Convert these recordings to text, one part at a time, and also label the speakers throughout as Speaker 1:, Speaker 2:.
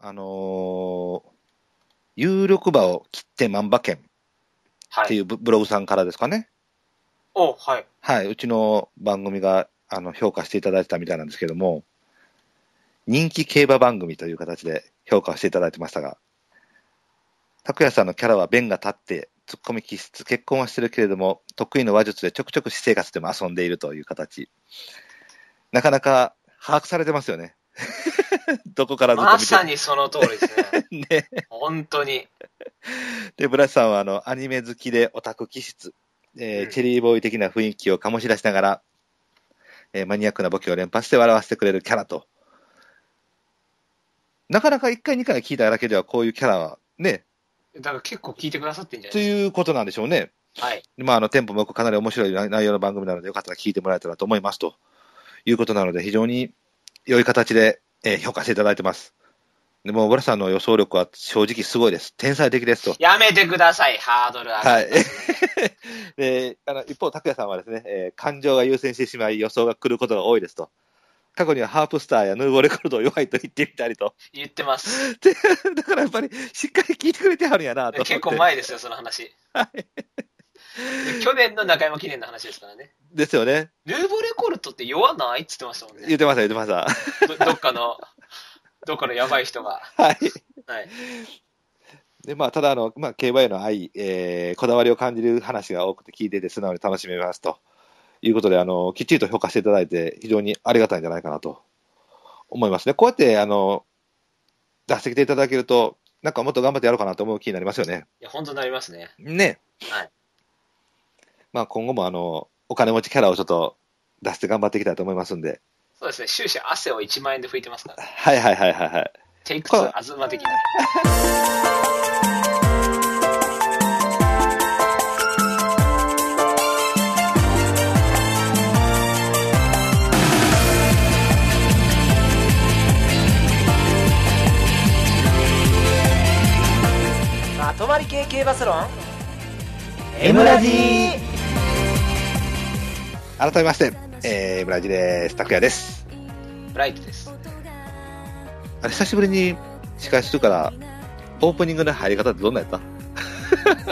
Speaker 1: あのー有力馬を切って万馬券
Speaker 2: は
Speaker 1: って
Speaker 2: い。
Speaker 1: いうブブログさんからですかね。
Speaker 2: おはい。
Speaker 1: はい、うちの番組があの評価していただいてたみたいなんですけども、人気競馬番組という形で評価をしていただいてましたが、拓也さんのキャラは弁が立って、突っ込み気質、結婚はしてるけれども、得意の話術でちょくちょく私生活でも遊んでいるという形。なかなか把握されてますよね。 どこからずっと
Speaker 2: ま
Speaker 1: 見て
Speaker 2: さ
Speaker 1: も
Speaker 2: にその通りですね。
Speaker 1: ね。
Speaker 2: 本当に。
Speaker 1: で、ブラシさんはあのアニメ好きでオタク気質、えー
Speaker 2: うん
Speaker 1: チェリーボーイ的な雰囲気を醸し出しながら、えーマニアックなボケを連発して笑わせてくれるキャラと。なかなか1回2回聞いただけではこういうキャラはね、
Speaker 2: だから結構聞いてくださってんじゃな
Speaker 1: と
Speaker 2: いで
Speaker 1: いうことなんでしょうね。
Speaker 2: すか。はい。
Speaker 1: まあ、あの、テンポもよくかなり面白い内内容の番組なので、よかったら聞いてもらえたらと思いますということなので、非常に良い形で、えー評価していただいてます。でも、ブラシさんの予想力は正直すごいです。天才的ですと。
Speaker 2: やめてください、ハードル上
Speaker 1: は
Speaker 2: げ
Speaker 1: い
Speaker 2: て。。
Speaker 1: で、あの、一方、拓也さんはですね、えー感情が優先してしまい、予想が来ることが多いですと。過去にはハープスターやヌーボーレコードを弱いと言ってみたりと。
Speaker 2: 言ってます。
Speaker 1: でだからやっぱり、しっかり聞いてくれてはるんやなと思って。
Speaker 2: 結構前ですよ、その話。で去年の中山記念の話ですからね。
Speaker 1: ですよね。
Speaker 2: ルーボレコルトって弱ないって言ってましたもん
Speaker 1: 言
Speaker 2: ね
Speaker 1: っ。てました、言ってました。
Speaker 2: どどっかの、どっかのやばい人が。
Speaker 1: はい。
Speaker 2: はい。
Speaker 1: で、まあ、ただ、あの、まあ、競馬への愛、えーこだわりを感じる話が多くて聞いてて、素直に楽しめますと。いうことで、あの、きっちりと評価していただいて、非常にありがたいんじゃないかなと思いますね。こうやって、あの、出してきていただけると、なんかもっと頑張ってやろうかなと思う気になりますよね。
Speaker 2: いや、本当になりますね。
Speaker 1: ね。
Speaker 2: はい。
Speaker 1: まあ、今後も、あの、お金持ちキャラをちょっと出して頑張っていきたいと思いますんで。
Speaker 2: そうですね、終始汗を1万円で拭いてますから。
Speaker 1: はいはいはいはいはい。
Speaker 2: テイク
Speaker 1: これ
Speaker 2: 2、アズマ的な。
Speaker 3: まとまり系系バスロン
Speaker 1: M ラジ改めまして、えー、ブラジです。拓也です。
Speaker 2: ブライトです。
Speaker 1: あれ、久しぶりに司会するから、オープニングの入り方ってどんなやった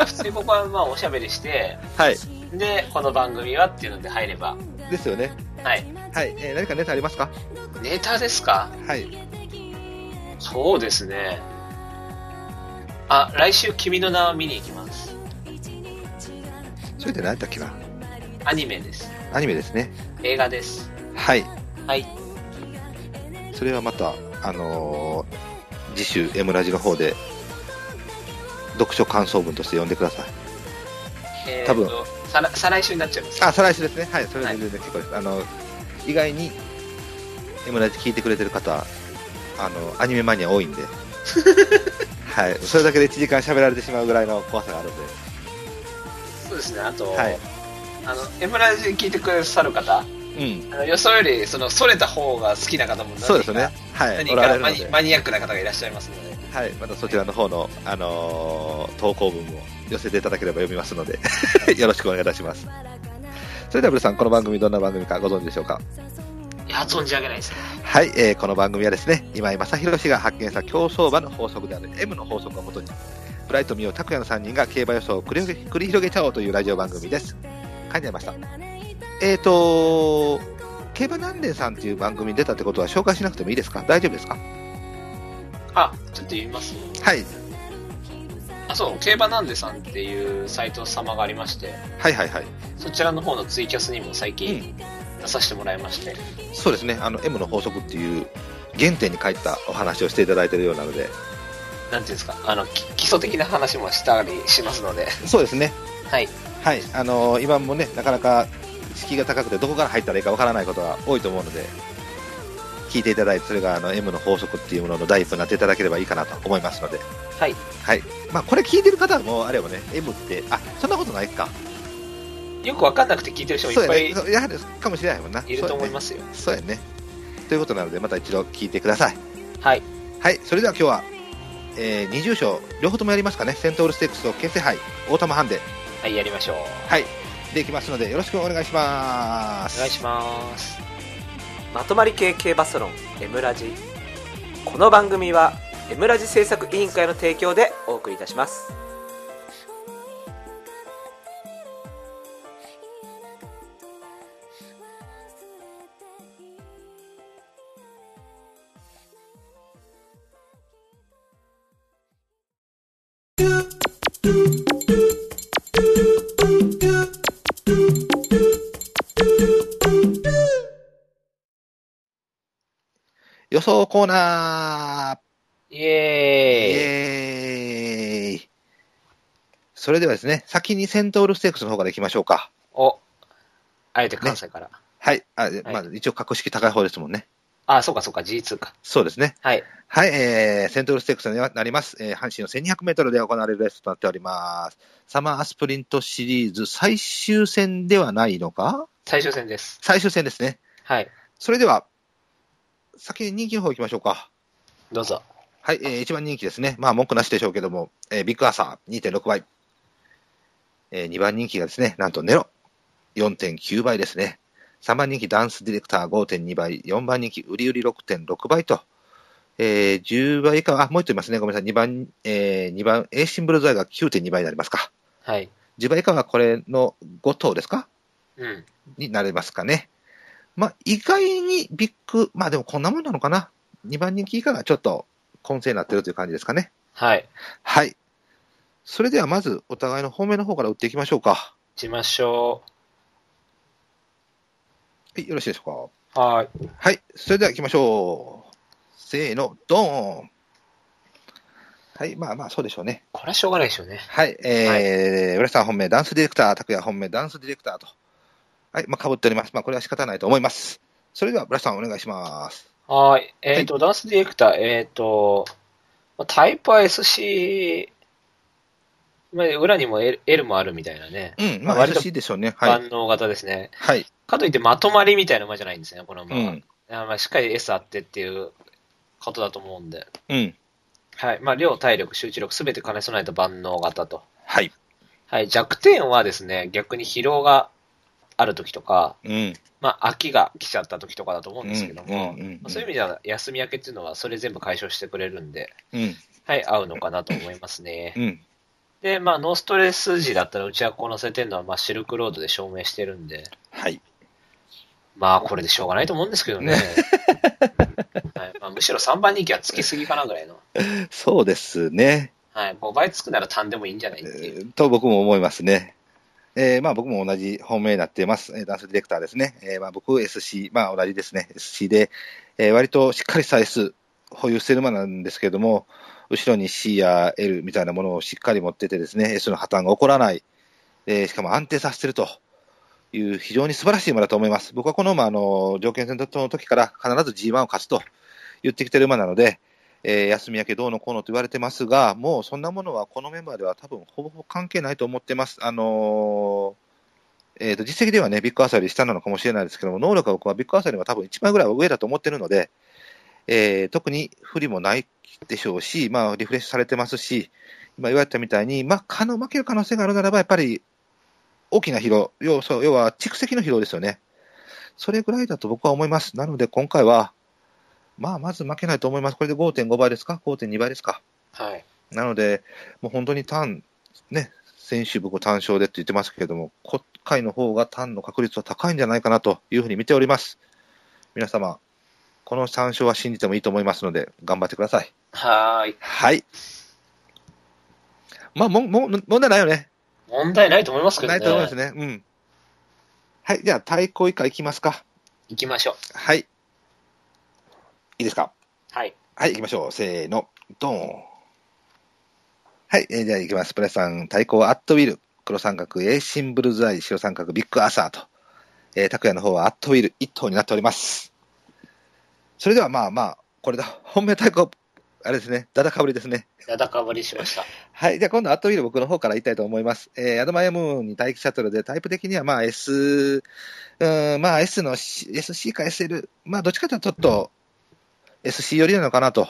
Speaker 2: 普通にここはまあおしゃべりして、
Speaker 1: はい。
Speaker 2: で、この番組はっていうので入れば。
Speaker 1: ですよね。
Speaker 2: はい。
Speaker 1: はい。えー何かネタありますか
Speaker 2: ネタですか
Speaker 1: はい。
Speaker 2: そうですね。あ、来週君の名は見に行きます。
Speaker 1: それって何やったっけな
Speaker 2: アニメです。
Speaker 1: アニメですね。
Speaker 2: 映画です。
Speaker 1: はい。
Speaker 2: はい。
Speaker 1: それはまた、あのー次週、M ラジの方で、読書感想文として読んでください。
Speaker 2: えー、
Speaker 1: 多分
Speaker 2: と再来再来週になっちゃうんです
Speaker 1: あ、再来週ですね。はい。それで全然結構です。あの、意外に、M ラジ聞いてくれてる方、あの、アニメマニア多い んで。はい。それだけで1時間喋られてしまうぐらいの怖さがあるんで。
Speaker 2: そうですね、あと、
Speaker 1: はい
Speaker 2: あの、エムラジ聞いてくださる方、
Speaker 1: うん。
Speaker 2: あの予想より、その、それた方が好きな方も何人か
Speaker 1: そうですね。はい。
Speaker 2: 何
Speaker 1: お
Speaker 2: 人
Speaker 1: られ
Speaker 2: か
Speaker 1: るの
Speaker 2: マニ
Speaker 1: で。
Speaker 2: マニアックな方がいらっしゃいますので、
Speaker 1: はい。またそちらの方の、あのー投稿文を寄せていただければ読みますので、 よろしくお願いいたします。それでは皆さん、この番組どんな番組かご存知でしょうか
Speaker 2: いや、存じ上げないですね。
Speaker 1: はい、えーこの番組はですね、今井正弘氏が発見した競走馬の法則である M の法則をもとに、ブライト・ミオ・拓也の3人が競馬予想を繰り広げ繰り広げちゃおうというラジオ番組です。書いてありました。えーと、競馬何年さんという番組に出たってことは紹介しなくてもいいですか大丈夫ですか
Speaker 2: あ、ちょっと言います。
Speaker 1: はい、
Speaker 2: あ、そう、競馬なんでさんっていうサイト様がありまして、
Speaker 1: はいはいはい。
Speaker 2: そちらの方のツイキャスにも最近出させてもらいまして、
Speaker 1: そうですね、あの M の法則っていう原点に書いたお話をしていただいているようなので、
Speaker 2: なんていうんですか、あの、き基礎的な話もしたりしますので、
Speaker 1: そうですね、
Speaker 2: はい。
Speaker 1: はいあのー今もね、なかなか敷居が高くて、どこから入ったらいいかわからないことが多いと思うので、聞いていただいて、それがあの M の法則っていうものの第一歩になっていただければいいかなと思いますので、
Speaker 2: はい。
Speaker 1: はいまあ、これ聞いてる方はもう、あれもね、M って、あそんなことないか、
Speaker 2: よくわかんなくて聞いてる人もいっぱ
Speaker 1: やね
Speaker 2: い
Speaker 1: そう、やはりかもしれないもんな、
Speaker 2: いると思いますよ。
Speaker 1: そうやね。そうやねということなので、また一度聞いてください。
Speaker 2: はい。
Speaker 1: はい、それでは今日は、えー、二重賞、両方ともやりますかね、セントオールステークスと県制杯、大玉ハンデ、
Speaker 2: はい、やりましょう。
Speaker 1: はい、でいきますので、よろしくお願いします。
Speaker 2: お願いします。
Speaker 3: まとまり系系バスロン M ラジこの番組はえ村地制作委員会の提供でお送りいたします
Speaker 1: 予想コーナー
Speaker 2: イ
Speaker 1: イ
Speaker 2: エーイ
Speaker 1: エーイそれではですね、先にセントールステークスの方からいきましょうか。
Speaker 2: お、あえて関西から。
Speaker 1: はい。あまあ、一応格式高い方ですもんね。
Speaker 2: あ、そうかそうか、G2 か。
Speaker 1: そうですね。
Speaker 2: はい。
Speaker 1: はい、えー、セントルステークスになります。えー、阪神の1200メートルで行われるレースとなっております。サマーアスプリントシリーズ最終戦ではないのか
Speaker 2: 最終戦です。
Speaker 1: 最終戦ですね。
Speaker 2: はい。
Speaker 1: それでは、先に人気の方行きましょうか。
Speaker 2: どうぞ。
Speaker 1: はい、えー、一番人気ですね。まあ、文句なしでしょうけども、えー、ビッグアーサー2.6倍。えー、2番人気がですね、なんとネロ4.9倍ですね。3番人気ダンスディレクター5.2倍。4番人気ウリウリ6.6倍と。えー、10倍以下は、あ、もう一人いますね。ごめんなさい。2番、えー、2番、エーシンブルザイが9.2倍になりますか。
Speaker 2: はい。
Speaker 1: 10倍以下はこれの5頭ですか
Speaker 2: うん。
Speaker 1: になりますかね。まあ、意外にビッグ、まあでもこんなもんなのかな。2番人気以下がちょっと混戦になってるという感じですかね。
Speaker 2: はい。
Speaker 1: はい。それではまずお互いの方面の方から打っていきましょうか。
Speaker 2: 行きましょ
Speaker 1: はい、よろしいでしょ
Speaker 2: う。はーい。
Speaker 1: うか。はい、それでは行きましょう。せーの、ドーン。はい、まあまあそうでしょうね。
Speaker 2: これはしょうがないでしょうね。
Speaker 1: はい、えー、浦、さん本命、ダンスディレクター、拓也本命、ダンスディレクターと。はい、まあ被っております。まあこれは仕方ないと思います。それでは浦さんお願いします。
Speaker 2: はーい。えっ、と、ダンスディレクター、えっ、と、まあタイプは SC、まあ裏にも L, L もあるみたいなね、
Speaker 1: うん、まあ
Speaker 2: 割と
Speaker 1: LC でしょうね。はい。
Speaker 2: 万能型ですね。
Speaker 1: はい。
Speaker 2: かといってまとまりみたいな馬じゃないんですね、この
Speaker 1: う
Speaker 2: 馬は。
Speaker 1: ん。
Speaker 2: あまあ、しっかり S あってっていうことだと思うんで。
Speaker 1: うん。
Speaker 2: はい。まあ、量、体力、集中力、すべて兼ね備えた万能型と。
Speaker 1: はい。
Speaker 2: はい。弱点はですね、逆に疲労がある時とか、
Speaker 1: うん。
Speaker 2: まあ、秋が来ちゃった時とかだと思うんですけども、
Speaker 1: うんうんうんうん
Speaker 2: まあそういう意味では休み明けっていうのはそれ全部解消してくれるんで、
Speaker 1: うん。
Speaker 2: はい、合うのかなと思いますね。
Speaker 1: うん。
Speaker 2: で、まあ、ノーストレス時だったらうちはこのせてるのは、まあ、シルクロードで証明してるんで、
Speaker 1: はい。
Speaker 2: まあ、これでしょうがないと思うんです けどね。はいまあ、むしろ3番人気はつきすぎかなぐらいの。
Speaker 1: そうですね。
Speaker 2: はい、5倍つくなら単でもいいんじゃないっていう。
Speaker 1: と僕も思いますね。えーまあ僕も同じ本命になっています。えーダンスディレクターですね。えーまあ僕 SC、まあ同じですね。SC で、えー割としっかりサイズ保有してる馬なんですけれども、後ろに C や L みたいなものをしっかり持っててですね、S の破綻が起こらない、えーしかも安定させてるという非常に素晴らしい馬だと思います。僕はこの馬、あの、条件戦の時から必ず G1 を勝つと言ってきてる馬なので、えー休み明けどうのこうのと言われてますが、もうそんなものはこのメンバーでは多分ほぼほぼ関係ないと思ってます。あのーえーと実績ではね、ビッグアーサーより下なのかもしれないですけども、能力は僕はビッグアーサーよりは多分1枚ぐらいは上だと思ってるので、えー特に不利もないでしょうし、まあ、リフレッシュされてますし、今言われたみたいに、まあ、可能負ける可能性があるならば、やっぱり大きな疲労、要そう要は蓄積の疲労ですよね。それぐらいだと僕は思います。なので今回は、まあ、まず負けないと思います。これで5.5倍ですか ?5.2 倍ですか
Speaker 2: はい。
Speaker 1: なので、もう本当に単、ね、先週僕単勝でって言ってますけれども、今回の方が単の確率は高いんじゃないかなというふうに見ております。皆様、この単勝は信じてもいいと思いますので、頑張ってください。
Speaker 2: はーい。
Speaker 1: はい。まあ、もん、もん、問題ないよね。
Speaker 2: 問題ないと思いますけど
Speaker 1: な
Speaker 2: ね。
Speaker 1: いと思いますね。うん。はい、じゃあ、対抗以下いきますか。
Speaker 2: 行きましょう。
Speaker 1: はい。いいですか
Speaker 2: はい。
Speaker 1: はい、行きましょう。せーの、ドーン。はい、えーじゃあ行きます。プレスさん、対抗はアットウィル。黒三角、エーシンブルズアイ、白三角、ビッグアサーと。えー、拓也の方はアットウィル一頭になっております。それではまあまあ、これだ。本命対抗、あれですね、ダダかぶりですね。
Speaker 2: だだかぶりしました。
Speaker 1: はい。じゃあ今度、アットウィル僕の方から言いたいと思います。えー、アドマイアムーンに待機シャトルで、タイプ的にはまあ S、うーん、まあ S の C、SC か SL、まあどっちかというとちょっと SC 寄りなのかなと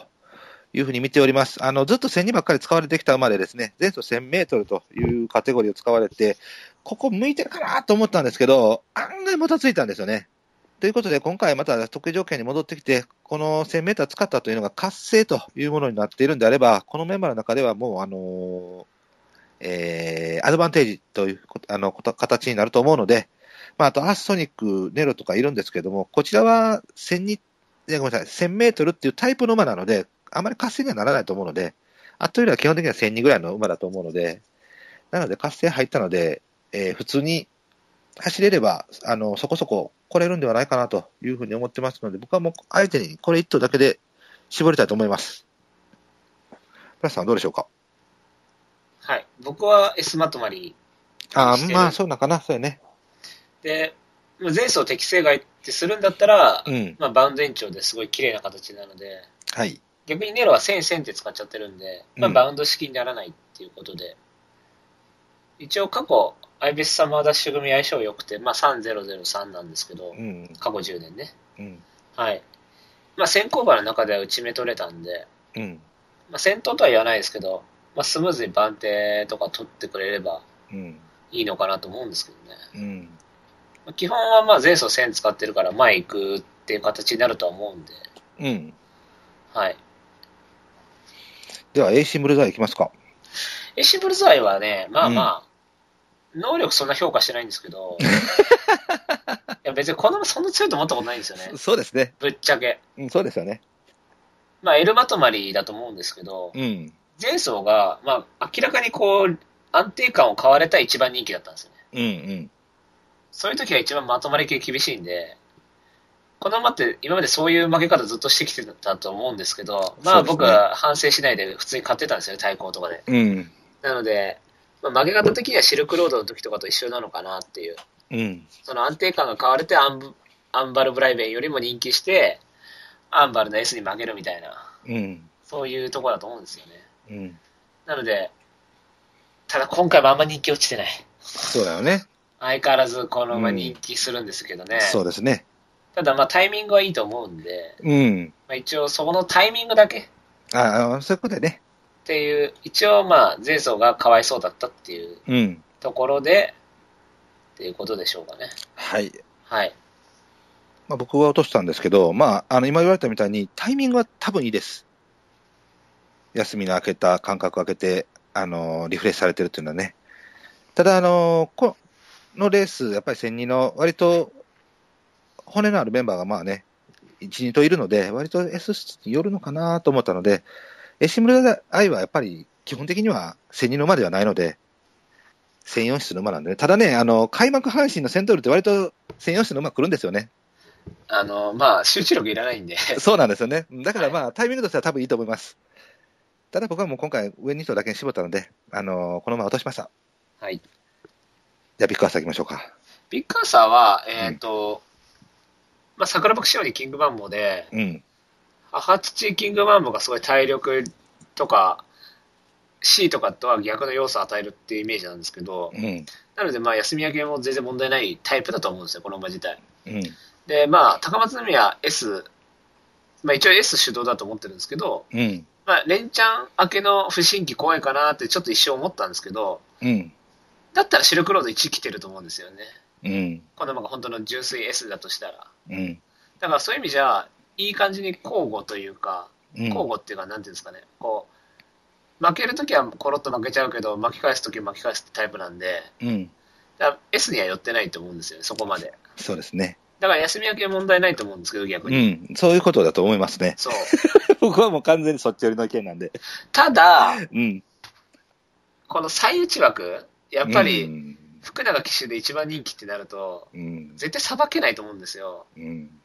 Speaker 1: いうふうに見ております。あの、ずっと1000ばっかり使われてきた馬でですね、前走1000メートルというカテゴリーを使われて、ここ向いてるかなと思ったんですけど、案外もたついたんですよね。ということで、今回また特定条件に戻ってきて、この1000メーター使ったというのが活性というものになっているんであれば、このメンバーの中ではもう、あのーえーアドバンテージというこあのこと形になると思うので、まあ、あとアースソニック、ネロとかいるんですけども、こちらは1000に、いやごめんなさい、1000メートルっていうタイプの馬なので、あまり活性にはならないと思うので、あっというよりは基本的には1000人ぐらいの馬だと思うので、なので活性入ったので、えー普通に走れれば、あの、そこそこ来れるんではないかなというふうに思ってますので、僕はもう、相手にこれ一頭だけで絞りたいと思います。ラスさんはどうでしょうか
Speaker 2: はい。僕は S まとまり。
Speaker 1: あ
Speaker 2: して
Speaker 1: ー
Speaker 2: る
Speaker 1: まあ、そうなんかな、そうやね。
Speaker 2: で、まあ前走適正外ってするんだったら、
Speaker 1: うん。
Speaker 2: まあ、バウンド延長ですごい綺麗な形なので、
Speaker 1: はい。
Speaker 2: 逆にネロは1000、1000って使っちゃってるんで、ま
Speaker 1: う
Speaker 2: あ、
Speaker 1: ん
Speaker 2: バウンド式にならないっていうことで、一応過去、アイベスサマーダッシュ組相性良くて、まあ、3003なんですけど
Speaker 1: う、ん。
Speaker 2: 過去10年ね。
Speaker 1: うん。
Speaker 2: はい。まあ、先行馬の中では打ち目取れたんで、
Speaker 1: うん。
Speaker 2: まあ、先頭とは言わないですけど、まあ、スムーズに番手とか取ってくれれば
Speaker 1: うん。
Speaker 2: いいのかなと思うんですけどね。
Speaker 1: うん。
Speaker 2: まあ、基本はまあ前走1000使ってるから前行くっていう形になるとは思うんで、
Speaker 1: うん。
Speaker 2: はい。
Speaker 1: では、AC ムルザーいきますか。
Speaker 2: エシブルザイはね、まあまあ、能力そんな評価してないんですけ ど、いや別にこのままそんな強いと思ったことないんですよね。
Speaker 1: そうですね。
Speaker 2: ぶっちゃけ。
Speaker 1: うん、そうですよね。
Speaker 2: まあ、エルまとまりだと思うんですけど、
Speaker 1: うん。
Speaker 2: 前走が、まあ、明らかにこう、安定感を買われた一番人気だったんですよね。
Speaker 1: うん。うん。
Speaker 2: そういう時が一番まとまり系厳しいんで、この馬って今までそういう負け方ずっとしてきてたと思うんですけど、ま
Speaker 1: そ
Speaker 2: あ
Speaker 1: うですね
Speaker 2: 僕は反省しないで普通に勝ってたんですよね、対抗とかで。
Speaker 1: うん。
Speaker 2: なので、まあ、負け方的にはシルクロードの時とかと一緒なのかなっていう。
Speaker 1: うん。
Speaker 2: その安定感が変われてアンブアンバルブライベンよりも人気して、アンバルの S に負けるみたいな、
Speaker 1: うん。
Speaker 2: そういうところだと思うんですよね。
Speaker 1: うん。
Speaker 2: なので、ただ今回もあんま人気落ちてない。
Speaker 1: そうだよね。
Speaker 2: 相変わらずこのまま人気するんですけどね。
Speaker 1: そうですね。
Speaker 2: ただまあタイミングはいいと思うんで、
Speaker 1: うん。
Speaker 2: まあ、一応そこのタイミングだけっ
Speaker 1: ああ、そういうことでね。
Speaker 2: ていう、一応まあ前走がかわいそうだったっていう
Speaker 1: うん。
Speaker 2: ところで、っていうことでしょうかね。
Speaker 1: はい。
Speaker 2: はい。
Speaker 1: まあ、僕は落としたんですけど、まあ、あの今言われたみたいに、タイミングは多分いいです。休みの明けた、間隔空けて、あのーリフレッシュされてるっていうのはね。ただ、あのーこのレース、やっぱり1000人の、割と骨のあるメンバーがまあね、1、2といるので、割と S 室によるのかなと思ったので、エシムルアイはやっぱり基本的には1000人の馬ではないので、1004室の馬なんでね。ただね、あの、開幕阪神のセントルって割と1004室の馬来るんですよね。
Speaker 2: あの、まあ集中力いらないんで、
Speaker 1: そうなんですよね。だからまあ、タイミングとしては多分いいと思います。ただ僕はもう今回、上2頭だけに絞ったので、あのーこのまま落としました。
Speaker 2: はい。
Speaker 1: じゃあ、ビッグアーサー行きましょうか。
Speaker 2: ビッグアーサーは、えっ、と、まあ桜木塩にキングマンボで、
Speaker 1: うん。
Speaker 2: 母父キングマンボがすごい体力とか、C とかとは逆の要素を与えるっていうイメージなんですけど
Speaker 1: う、ん。
Speaker 2: なのでまあ休み明けも全然問題ないタイプだと思うんですよ、この馬自体。
Speaker 1: うん。
Speaker 2: で、まあ、高松宮 S、まあ一応 S 主導だと思ってるんですけど、
Speaker 1: うん。
Speaker 2: まあ連チャン明けの不審期怖いかなってちょっと一瞬思ったんですけど、
Speaker 1: うん。
Speaker 2: だったらシルクロード1来てると思うんですよね。
Speaker 1: うん。
Speaker 2: この馬が本当の純粋 S だとしたら。
Speaker 1: うん。
Speaker 2: だからそういう意味じゃ、いい感じに交互というか、
Speaker 1: うん。
Speaker 2: 交互っていうか、なんていうんですかね、こう、負けるときはコロッと負けちゃうけど、巻き返すときは巻き返すってタイプなんで、
Speaker 1: うん。
Speaker 2: だから S には寄ってないと思うんですよね、そこまで。
Speaker 1: そうですね。
Speaker 2: だから休み明け問題ないと思うんですけど、逆
Speaker 1: う
Speaker 2: に。。
Speaker 1: ん。そういうことだと思いますね
Speaker 2: そう。
Speaker 1: 僕はもう完全にそっち寄りの意見なんで。
Speaker 2: ただ、
Speaker 1: うん。
Speaker 2: この最内枠、やっぱり、
Speaker 1: り。
Speaker 2: 福永騎手で一番人気ってなると、
Speaker 1: うん。
Speaker 2: 絶対さばけないと思うんですよ。
Speaker 1: うん。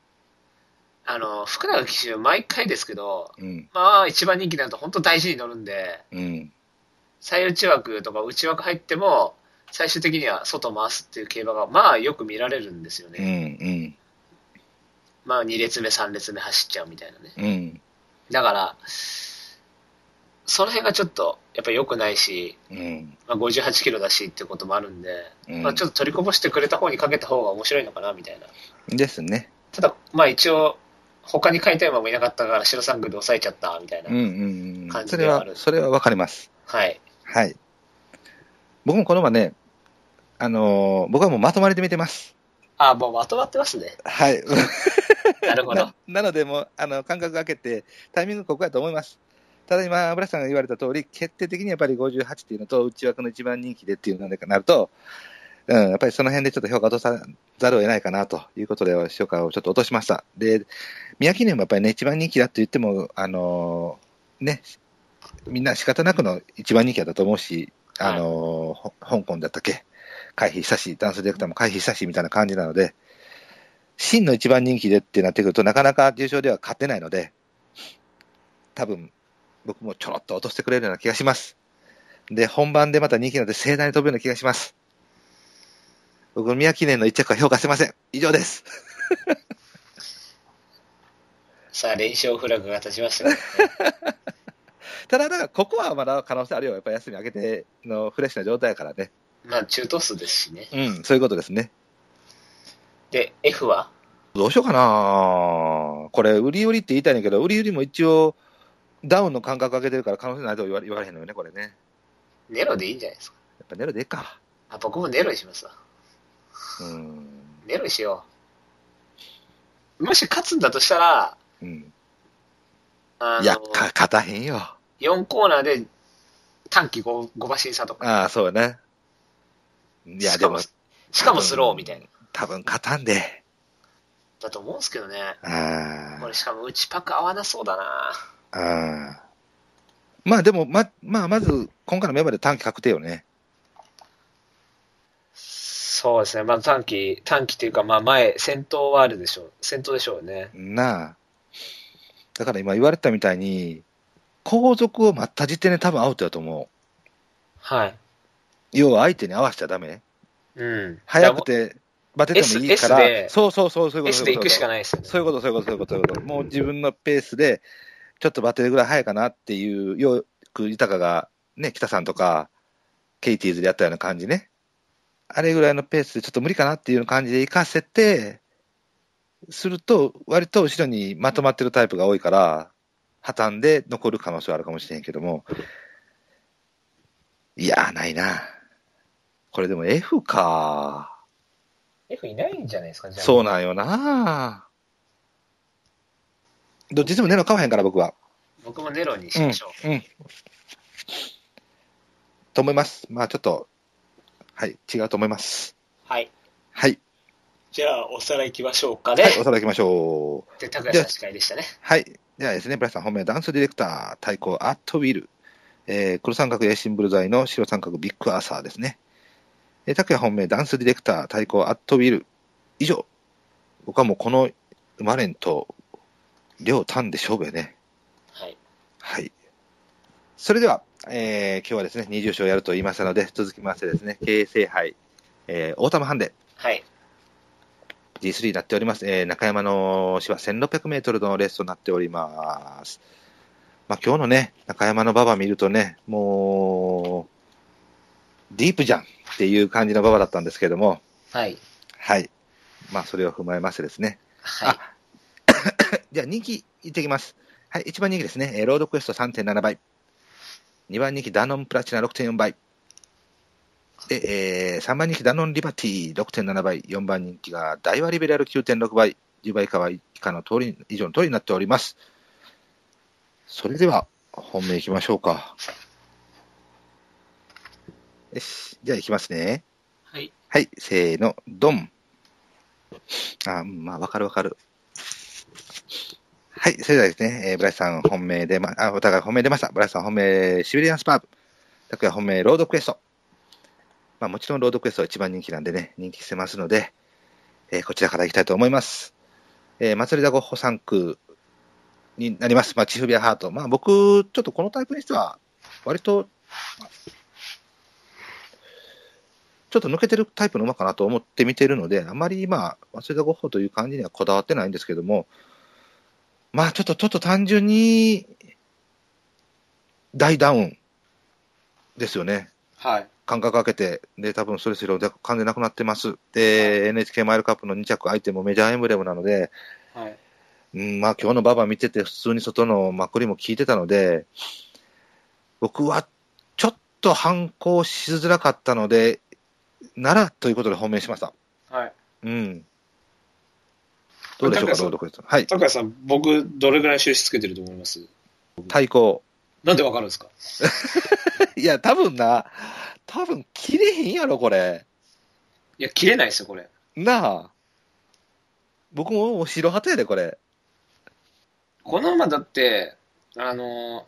Speaker 2: あの、福永騎手、毎回ですけど、
Speaker 1: うん。
Speaker 2: まあ、一番人気になると本当大事に乗るんで、
Speaker 1: うん。
Speaker 2: 最内枠とか内枠入っても、最終的には外回すっていう競馬が、まあよく見られるんですよ
Speaker 1: う
Speaker 2: ね。
Speaker 1: ん。
Speaker 2: まあ2列目、3列目走っちゃうみたいなね。
Speaker 1: うん。
Speaker 2: だから、その辺がちょっと、やっぱ良くないし、
Speaker 1: うん。
Speaker 2: まあ、58キロだしっていうこともあるんで、
Speaker 1: うん
Speaker 2: まあちょっと取りこぼしてくれた方にかけた方が面白いのかなみたいな。
Speaker 1: ですね。た
Speaker 2: ただ、まあ一応、他に買いたい馬もいなかったから、白三軍で抑えちゃったみたいな。
Speaker 1: うんうんうん。
Speaker 2: 感
Speaker 1: そ
Speaker 2: じ
Speaker 1: れ
Speaker 2: ではあ
Speaker 1: は
Speaker 2: る、
Speaker 1: それはわかります。
Speaker 2: はい。
Speaker 1: はい。僕もこの馬ね、あのー僕はもうまとまりで見てます。
Speaker 2: あ、もうまとまってますね。
Speaker 1: はい。
Speaker 2: なるほど
Speaker 1: な。 なので、もうあの間隔が空けて、タイミングここやと思います。ただ今、村さんが言われた通り、決定的にやっぱり58っていうのと、内枠の一番人気でっていうのになると、うん、やっぱりその辺でちょっと評価を落とさざるを得ないかなということで、評価をちょっと落としました。で、宮城もやっぱりね、一番人気だって言っても、あのーね、みんな仕方なくの一番人気だと思うし、あのーほ香港だったっけ、回避したし、ダンスディレクターも回避したしみたいな感じなので、真の一番人気でってなってくると、なかなか重賞では勝てないので、多分僕もちょろっと落としてくれるような気がします。で、本番でまた人気なので盛大に飛ぶような気がします。僕、宮記念の一着は評価してません。以上です。
Speaker 2: さあ、連勝フラグが立ちましたね。
Speaker 1: ただ、だからここはまだ可能性あるよ。やっぱり休み明けてのフレッシュな状態やからね。
Speaker 2: まあ、中途数ですしね。
Speaker 1: うん、そういうことですね。
Speaker 2: で、F は
Speaker 1: どうしようかなこれ、売り売りって言いたいんだけど、売り売りも一応、ダウンの間隔上げてるから可能性ないとは言われ言われへんのよね、これね。や
Speaker 2: ネロでいいんじゃないですか。
Speaker 1: っぱネロでいいか。
Speaker 2: あ、僕もネロにしますわ。
Speaker 1: うん。
Speaker 2: ネロにしよう。もし勝つんだとしたら、
Speaker 1: うん。
Speaker 2: あ
Speaker 1: いや、
Speaker 2: の
Speaker 1: か、、勝たへんよ。あ
Speaker 2: 4コーナーで短期 5, 5馬身差とか。
Speaker 1: あ、そうね。いや、
Speaker 2: し
Speaker 1: で
Speaker 2: か
Speaker 1: も、
Speaker 2: しかもスローみたいな。
Speaker 1: 多分勝たんで。
Speaker 2: だと思うんですけどね。
Speaker 1: あ
Speaker 2: これしかも内パク合わなそうだな
Speaker 1: あ。ああ。まあでも、ま、まあ、まず、今回のメンバーで短期確定よね。
Speaker 2: そうですね。まあ短期、短期というか、まあ前、先頭はあるでしょう。先頭でしょうね。
Speaker 1: なあ。だから今言われたみたいに、後続を待った時点で多分アウトだと思う。
Speaker 2: はい。
Speaker 1: 要は相手に合わせちゃダメ。
Speaker 2: うん。
Speaker 1: 早くて、バテてもいいか
Speaker 2: S- S
Speaker 1: ら、
Speaker 2: で
Speaker 1: そうそうそう、そういうこと。
Speaker 2: S で行くしか
Speaker 1: ない。
Speaker 2: ないですよね。
Speaker 1: そういうこと、そういうこと、そういうこと、そういうこと。もう自分のペースで、ちょっとバテるぐらい早いかなっていう、よく豊が、ね、北さんとか、ケイティーズでやったような感じね。あれぐらいのペースでちょっと無理かなっていう感じで行かせて、すると、割と後ろにまとまってるタイプが多いから、破綻で残る可能性はあるかもしれへんけども、いやー、ないな。これでも F か
Speaker 2: F いないんじゃないですか、じゃあ。
Speaker 1: そうなんよなどっちでもネロ買わへんから、僕は。
Speaker 2: 僕もネロにしましょう。
Speaker 1: うん。と思います。まあちょっと、はい、違うと思います。
Speaker 2: はい。
Speaker 1: はい。
Speaker 2: じゃあ、おさらい行きましょうかね。
Speaker 1: はい、おさらい行きましょう。
Speaker 2: で、高橋さん司会でしたね。
Speaker 1: はい。ではですね、ブラスさん本命、ダンスディレクター、対抗、アットウィル。えー、黒三角、エーシンブルザイの白三角、ビッグアーサーですね。えー、拓也本命、ダンスディレクター、対抗、アットウィル。以上。僕はもうこの、マレンと、両単で勝負やね。
Speaker 2: はい。
Speaker 1: はい。それでは、えー今日はですね、20勝やると言いましたので、続きましてですね、経営制杯、えー大玉ハンデ、
Speaker 2: はい。
Speaker 1: G3 になっております。えー中山の芝1600メートルのレースとなっております。まあ今日のね、中山の馬場見るとね、もう、ディープじゃんっていう感じの馬場だったんですけども、
Speaker 2: はい。
Speaker 1: はい。まあそれを踏まえましてですね、
Speaker 2: はい。
Speaker 1: じゃあ人気いってきます。はい、1番人気ですね。えーロードクエスト3.7倍。2番人気ダノンプラチナ6.4倍。で、え3番人気ダノンリバティ6.7倍。4番人気がダイワリベラル9.6倍。10倍以下は以下の通り、以上の通りになっております。それでは、本命いきましょうか。よし、じゃあいきますね。
Speaker 2: はい。
Speaker 1: はい、せーの、ドン。あ、うんまあ、わかるわかる。はい、それではですね、えーブラシさん本命で、ま、あ、お互い本命出ました。ブラシさん本命、シビリアンスパーブ。拓也本命、ロードクエスト。まあ、もちろんロードクエストは一番人気なんでね、人気してますので、えーこちらからいきたいと思います。えー、祭りだゴッホ3区になります。まあ、チフビアハート。まあ、僕、ちょっとこのタイプにしては、割とちょっと抜けてるタイプの馬かなと思って見てるので、あまりまあ、早稲田ゴッホという感じにはこだわってないんですけども、まあちょっと、ちょっと単純に、大ダウンですよね。
Speaker 2: はい。
Speaker 1: 間隔空けて、で、多分それすら完全なくなってます。で、NHK マイルカップの2着相手もメジャーエンブレムなので、
Speaker 2: はい。
Speaker 1: うん、まあ今日の馬場見てて、普通に外のまくりも効いてたので、僕はちょっと反抗しづらかったので、ならということで本命しました。
Speaker 2: はい。
Speaker 1: うん。どうでしょうか、
Speaker 2: 高橋さ
Speaker 1: 朗
Speaker 2: ん
Speaker 1: 読です。はい。
Speaker 2: 高橋さん、僕、どれぐらい印つけてると思います
Speaker 1: 対抗。
Speaker 2: なんでわかるんですか
Speaker 1: いや、多分な、多分切れへんやろ、これ。
Speaker 2: いや、切れないですよ、これ。
Speaker 1: なあ。僕もお白旗やで、これ。
Speaker 2: この馬だって、あの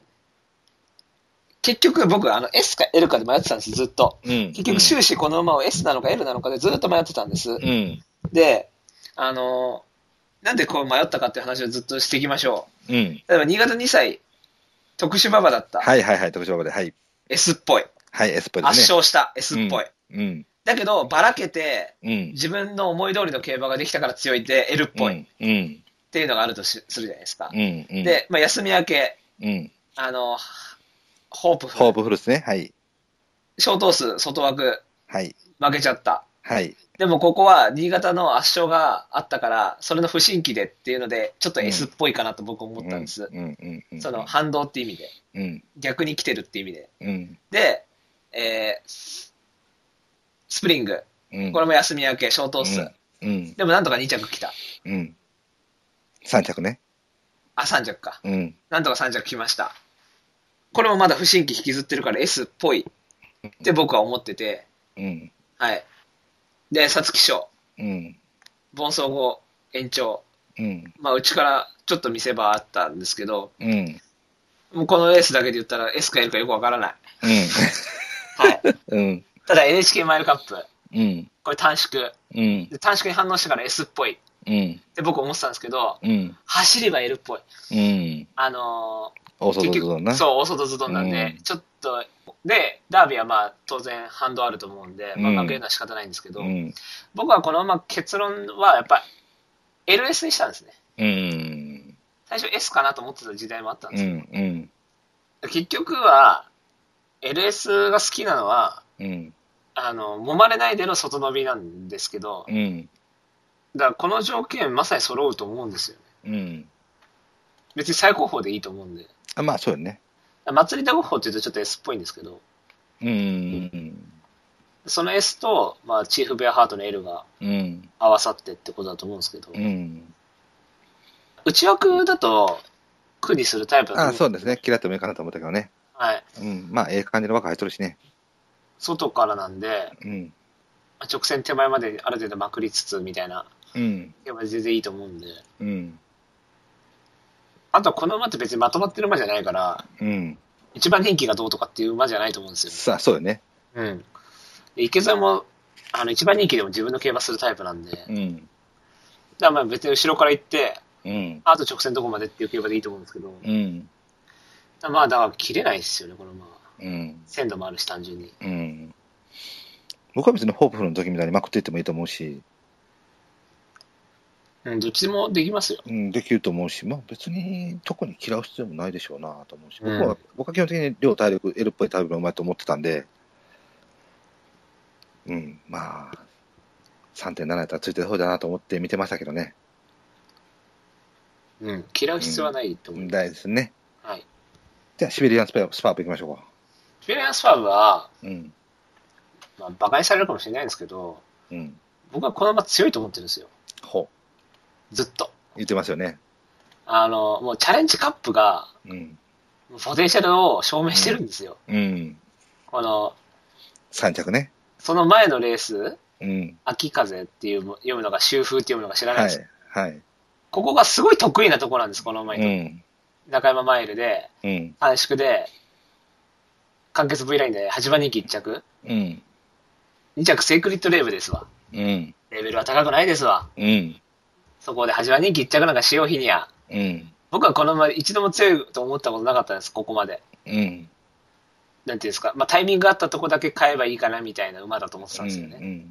Speaker 2: 結局僕、あの、S か L かで迷ってたんです、ずっと。
Speaker 1: うん。
Speaker 2: 結局終始この馬を S なのか L なのかでずっと迷ってたんです。
Speaker 1: うん。
Speaker 2: で、あのなんでこう迷ったかっていう話をずっとしていきましょ
Speaker 1: うん。
Speaker 2: う。例えば、新潟2歳、特殊馬場だった。
Speaker 1: はいはいはい、徳島まで。はい。
Speaker 2: S っぽい。
Speaker 1: はい、エスプレ
Speaker 2: 圧
Speaker 1: スね。
Speaker 2: 勝した S っぽい。
Speaker 1: うん。
Speaker 2: だけど、ばらけて、
Speaker 1: うん。
Speaker 2: 自分の思い通りの競馬ができたから強いって、L っぽいっ
Speaker 1: うん。
Speaker 2: ていうのがあるとしするじゃないですか
Speaker 1: う。ん。うん。、
Speaker 2: で、まあ、休み明け、
Speaker 1: うん。
Speaker 2: あの、ホープフ
Speaker 1: ホープフルスね。はい。
Speaker 2: 小頭数、外枠、
Speaker 1: はい。
Speaker 2: 負けちゃった。
Speaker 1: はい。
Speaker 2: でもここは新潟の圧勝があったから、それの不振期でっていうので、ちょっと S っぽいかなと僕思ったんです。
Speaker 1: うん。うん。うん
Speaker 2: その、反動って意味で、
Speaker 1: うん。
Speaker 2: 逆に来てるって意味で。
Speaker 1: うん。
Speaker 2: で、えーススプリング、
Speaker 1: うん。
Speaker 2: これも休み明け、小頭数。
Speaker 1: うん。
Speaker 2: でもなんとか2着来た。
Speaker 1: うん。三着ね。
Speaker 2: あ、3着か。
Speaker 1: うん。
Speaker 2: なんとか3着来ました。これもまだ不振期引きずってるから S っぽいって僕は思ってて、
Speaker 1: うん。
Speaker 2: はい。で、皐月賞、
Speaker 1: うん。
Speaker 2: 盆走後延長、
Speaker 1: うん。
Speaker 2: まあ、うちからちょっと見せ場あったんですけど、
Speaker 1: うん。
Speaker 2: もうこのレースだけで言ったら S か L かよくわからない。はい。
Speaker 1: うん。
Speaker 2: ただ NHK マイルカップ、
Speaker 1: うん。
Speaker 2: これ短縮。
Speaker 1: うん。
Speaker 2: で短縮に反応してから S っぽいっ
Speaker 1: うん。
Speaker 2: て僕思ってたんですけど、
Speaker 1: うん。
Speaker 2: 走りは L っぽい。
Speaker 1: うん。
Speaker 2: あの
Speaker 1: 大
Speaker 2: ー、
Speaker 1: 外だな。
Speaker 2: そう、大外ズドンなんで、
Speaker 1: うん
Speaker 2: ちょっと、で、ダービーはまあ当然反動あると思うんで、まあ
Speaker 1: うん
Speaker 2: 負けるのは仕方ないんですけど、
Speaker 1: うん。
Speaker 2: 僕はこのまま結論はやっぱ LS にしたんですね。
Speaker 1: うん。
Speaker 2: 最初 S かなと思ってた時代もあったんで
Speaker 1: う
Speaker 2: すけど、
Speaker 1: ん。うん。
Speaker 2: 結局は LS が好きなのは、
Speaker 1: うん。
Speaker 2: あの、揉まれないでの外伸びなんですけど、
Speaker 1: うん。
Speaker 2: だからこの条件まさに揃うと思うんですよ
Speaker 1: う
Speaker 2: ね。
Speaker 1: ん。
Speaker 2: 別に最高峰でいいと思うんで。
Speaker 1: あ、まあ、そうよね。
Speaker 2: 祭り高峰って言うとちょっと S っぽいんですけど、
Speaker 1: うん。
Speaker 2: その S と、まあ、チーフベアハートの L が
Speaker 1: うん。
Speaker 2: 合わさってってことだと思うんですけど、
Speaker 1: うん。
Speaker 2: 内枠だと苦にするタイプだと思
Speaker 1: あ、そうですね。キラッともいいかなと思ったけどね。
Speaker 2: はい。
Speaker 1: うん。まあ、ええ感じの枠入っとるしね。
Speaker 2: 外からなんで、
Speaker 1: うん。
Speaker 2: まあ直線手前まである程度まくりつつみたいな、
Speaker 1: うん。
Speaker 2: やっぱ全然いいと思うんで。
Speaker 1: うん。
Speaker 2: あとはこの馬って別にまとまってる馬じゃないから、
Speaker 1: うん。
Speaker 2: 一番人気がどうとかっていう馬じゃないと思うんですよ。
Speaker 1: さあ、そうよね。
Speaker 2: うん。で池澤も、あの、一番人気でも自分の競馬するタイプなんで、だか
Speaker 1: うん。
Speaker 2: らまあ別に後ろから行って、
Speaker 1: うん。
Speaker 2: あと直線どこまでっていう競馬でいいと思うんですけど、
Speaker 1: うん。
Speaker 2: まあだから切れないですよね、この馬は。
Speaker 1: うん。
Speaker 2: 鮮度もあるし、単純に。
Speaker 1: うん。僕は別にホープフルの時みたいにまくっていってもいいと思うし、
Speaker 2: うん、どっちもできますよ。
Speaker 1: うん、できると思うし、まあ別に特に嫌う必要もないでしょうなと思うし、
Speaker 2: うん
Speaker 1: 僕は、僕は基本的に両体力、L っぽいタイプがうまいと思ってたんで、うん、まあ、3.7やったらついてる方だなと思って見てましたけどね。
Speaker 2: うん、嫌う必要はないと思います。
Speaker 1: 大事ですね。
Speaker 2: はい。
Speaker 1: じゃあ、シベリアンスパースパープ行きましょうか。
Speaker 2: フィレアンスファーブは、
Speaker 1: うん、
Speaker 2: まあ、馬鹿にされるかもしれないんですけど、
Speaker 1: うん、
Speaker 2: 僕はこの馬強いと思ってるんですよ。
Speaker 1: ほう、
Speaker 2: ずっと。
Speaker 1: 言ってますよね。
Speaker 2: あの、もうチャレンジカップが、
Speaker 1: うん、
Speaker 2: ポテンシャルを証明してるんですよ。
Speaker 1: うん、
Speaker 2: この、
Speaker 1: 3着ね。
Speaker 2: その前のレース、
Speaker 1: うん、
Speaker 2: 秋風っていうも読むのが、秋風って読むのが知らない
Speaker 1: は
Speaker 2: です。
Speaker 1: い、はい、
Speaker 2: ここがすごい得意なところなんです、この馬
Speaker 1: う
Speaker 2: に。
Speaker 1: ん、
Speaker 2: 中山マイルで、
Speaker 1: うん、
Speaker 2: 短縮で、完結 V ラインで8番人気1着。
Speaker 1: うん、
Speaker 2: 2着セイクリットレーブですわ。
Speaker 1: うん、
Speaker 2: レベルは高くないですわ。
Speaker 1: うん、
Speaker 2: そこで8番人気1着なんかしよう日にや。
Speaker 1: うん、
Speaker 2: 僕はこの馬一度も強いと思ったことなかったんです、ここまで。
Speaker 1: うん、
Speaker 2: なんていうんですか、まあ、タイミングがあったとこだけ買えばいいかなみたいな馬だと思ってたんですよね。
Speaker 1: うん、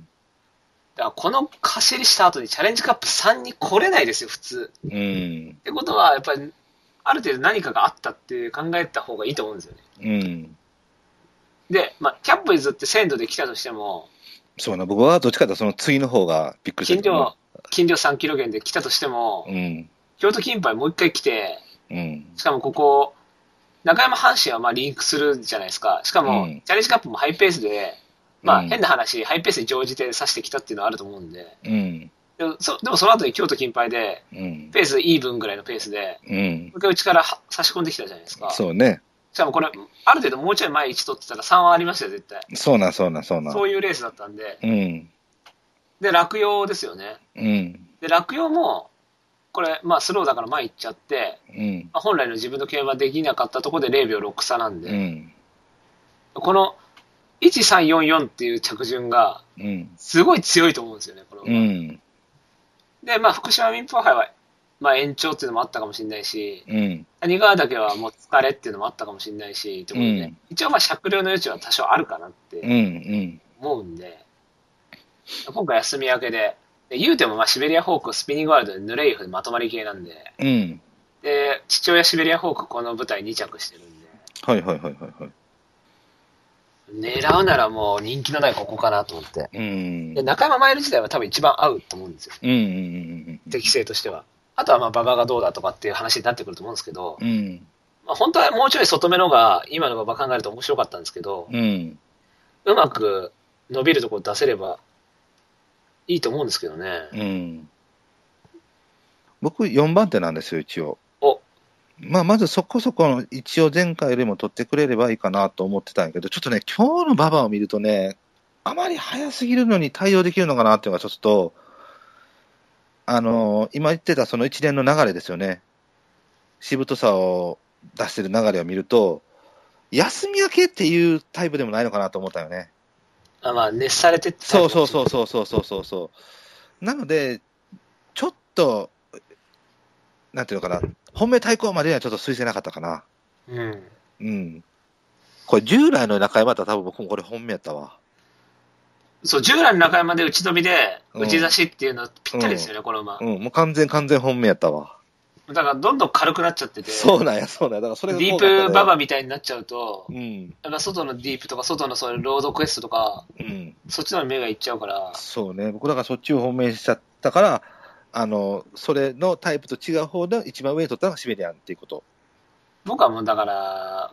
Speaker 2: だからこの走りした後にチャレンジカップ3に来れないですよ、普通。
Speaker 1: うん、
Speaker 2: ってことは、やっぱり、ある程度何かがあったって考えた方がいいと思うんですよね。
Speaker 1: うん。
Speaker 2: で、まあ、キャップイズって鮮度で来たとしても、
Speaker 1: そうな、僕はどっちかというとその次の方がびっくりし
Speaker 2: 金
Speaker 1: た
Speaker 2: 量、金量3キロ減で来たとしても
Speaker 1: う、ん、
Speaker 2: 京都金杯もう一回来て、
Speaker 1: うん、
Speaker 2: しかもここ、中山阪神はまあリンクするじゃないですか。しかも
Speaker 1: うん、
Speaker 2: チャレンジカップもハイペースで、まあ
Speaker 1: うん
Speaker 2: 変な話、ハイペースに乗じて指してきたっていうのはあると思うんで、
Speaker 1: うん、
Speaker 2: そでもその後に京都近海で、
Speaker 1: うん。
Speaker 2: ペースイーブンぐらいのペースで、
Speaker 1: うん。
Speaker 2: 向け内からは差し込んできたじゃないですか。
Speaker 1: そうね。
Speaker 2: しかもこれ、ある程度もうちょい前1取ってたら3はありましたよ、絶対。
Speaker 1: そうなん、そうなん、そうなん。
Speaker 2: そういうレースだったんで。
Speaker 1: うん。
Speaker 2: で、落葉ですよね。
Speaker 1: うん。
Speaker 2: で、落葉も、これ、まあスローだから前行っちゃって、
Speaker 1: うん。
Speaker 2: まあ本来の自分の競馬できなかったところで0秒6差なんで、
Speaker 1: うん。
Speaker 2: この1344っていう着順が、
Speaker 1: うん。
Speaker 2: すごい強いと思うんですよね、この
Speaker 1: う。ん。
Speaker 2: で、まあ、福島民放杯は、まあ、延長っていうのもあったかもしれないし、
Speaker 1: うん。
Speaker 2: 谷川岳はもう疲れっていうのもあったかもしれないし、ということで、
Speaker 1: うん
Speaker 2: 一応、まあ、酌量の余地は多少あるかなっ
Speaker 1: う
Speaker 2: て
Speaker 1: ん。
Speaker 2: 思うんで、今回休み明けで、で言うても、まあ、シベリアフォーク、スピニングワールドでヌレイフでまとまり系なんで、
Speaker 1: うん。
Speaker 2: で、父親シベリアフォーク、この舞台2着してるんで、
Speaker 1: はいはいはいはいはい。
Speaker 2: 狙うならもう人気のないここかなと思って。
Speaker 1: うん。
Speaker 2: で、中山マイル自体は多分一番合うと思うんですよ。
Speaker 1: うん。うん。
Speaker 2: 適性としては。あとは、まあ、馬場がどうだとかっていう話になってくると思うんですけど、
Speaker 1: うん。
Speaker 2: まあ、本当はもうちょい外目のが、今の馬場考えると面白かったんですけど、
Speaker 1: うん。
Speaker 2: うまく伸びるところ出せればいいと思うんですけどね。
Speaker 1: うん。僕、4番手なんですよ、一応。
Speaker 2: お
Speaker 1: まあ、まずそこそこの、一応前回よりも取ってくれればいいかなと思ってたんやけど、ちょっとね、今日の馬場を見るとね、あまり早すぎるのに対応できるのかなっていうのがちょっと、あのー今言ってたその一連の流れですよね。しぶとさを出してる流れを見ると、休み明けっていうタイプでもないのかなと思ったよね。
Speaker 2: あまあ、熱されてって
Speaker 1: そうそう
Speaker 2: う。
Speaker 1: そうそうそうそうそうそう。なので、ちょっと、なんていうのかな、本命対抗までにはちょっと推薦なかったかな。
Speaker 2: うん。
Speaker 1: うん。これ、従来の中山だったら多分僕もこれ本命やったわ。
Speaker 2: そう、従来の中山で打ち飛びで、
Speaker 1: うん
Speaker 2: 打ち差しっていうのぴったりですよね、この馬。
Speaker 1: うん、もう完全完全本命やったわ。
Speaker 2: だから、どんどん軽くなっちゃってて、
Speaker 1: そうなんや、そうなんや。だからそれ
Speaker 2: デ
Speaker 1: が
Speaker 2: ィ
Speaker 1: こ
Speaker 2: ー
Speaker 1: うなっ
Speaker 2: プ
Speaker 1: たね
Speaker 2: ババみたいになっちゃうと
Speaker 1: う、ん、
Speaker 2: やっぱ外のディープとか、外のそういうロードクエストとか、
Speaker 1: うん。
Speaker 2: そっちの方に目がいっちゃうから、
Speaker 1: そうね。僕だからそっちを本命しちゃったから、あの、それのタイプと違う方で一番上に取ったのがシベリアンっていうこと。
Speaker 2: 僕はもうだから、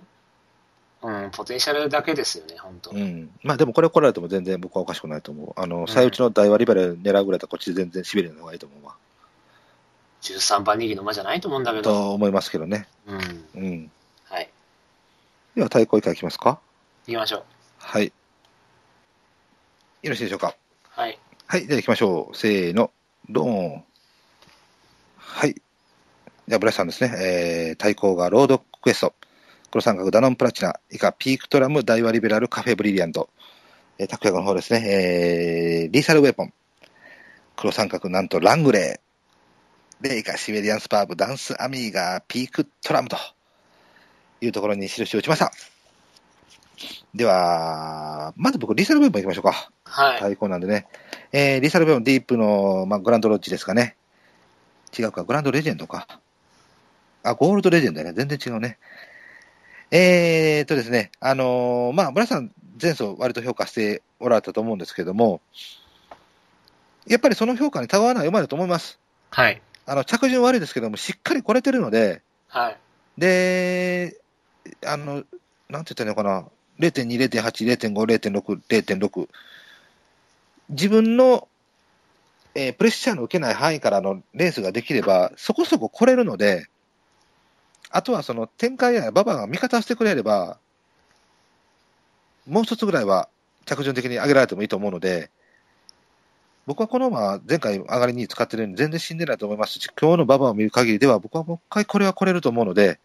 Speaker 2: うん、ポテンシャルだけですよね、本当。
Speaker 1: うん、まあでもこれ来られても全然僕はおかしくないと思う。あ
Speaker 2: う
Speaker 1: の、
Speaker 2: ん
Speaker 1: 最内の大割りバレ狙うぐらいだったらこっちで全然シビリの方がいいと思うわ。
Speaker 2: 13番人気の馬じゃないと思うんだけど。
Speaker 1: と思いますけどね。
Speaker 2: うん。
Speaker 1: うん。
Speaker 2: はい。
Speaker 1: では対抗以下いきますか。
Speaker 2: 行きましょう。
Speaker 1: はい。よろしいでしょうか。
Speaker 2: はい。
Speaker 1: はい。では行きましょう。せーの。ドーン。はい。じゃあ、ブラシさんですね。えー、対抗がロードクエスト。黒三角ダノンプラチナ。以下、ピークトラム、ダイワリベラル、カフェブリリアント。えー、拓也の方ですね。えー、リーサルウェポン。黒三角、なんとラングレー。で、以下、シベリアンスパーブ、ダンスアミーガー、ピークトラムというところに印を打ちました。では、まず僕、リーサルウェポン行きましょうか。
Speaker 2: はい。
Speaker 1: 対抗なんでね。えー、リサルベムディープの、まあ、グランドロッジですかね。違うか、グランドレジェンドか。あ、ゴールドレジェンドやね。全然違うね。えーっとですね、あのーまあ、村さん、前走割と評価しておられたと思うんですけども、やっぱりその評価にたがわない馬だと思います。
Speaker 2: はい。
Speaker 1: あの、着順悪いですけども、しっかり来れてるので、
Speaker 2: はい。
Speaker 1: で、あの、なんて言ったらいいのかな、0.2、0.8、0.5、0.6、0.6、自分の、えープレッシャーの受けない範囲からのレースができれば、そこそこ来れるので、あとはその展開や馬場が味方してくれれば、もう一つぐらいは着順的に上げられてもいいと思うので、僕はこの馬、前回上がりに使ってるように全然死んでないと思いますし、今日の馬場を見る限りでは、僕はもう一回これは来れると思うので、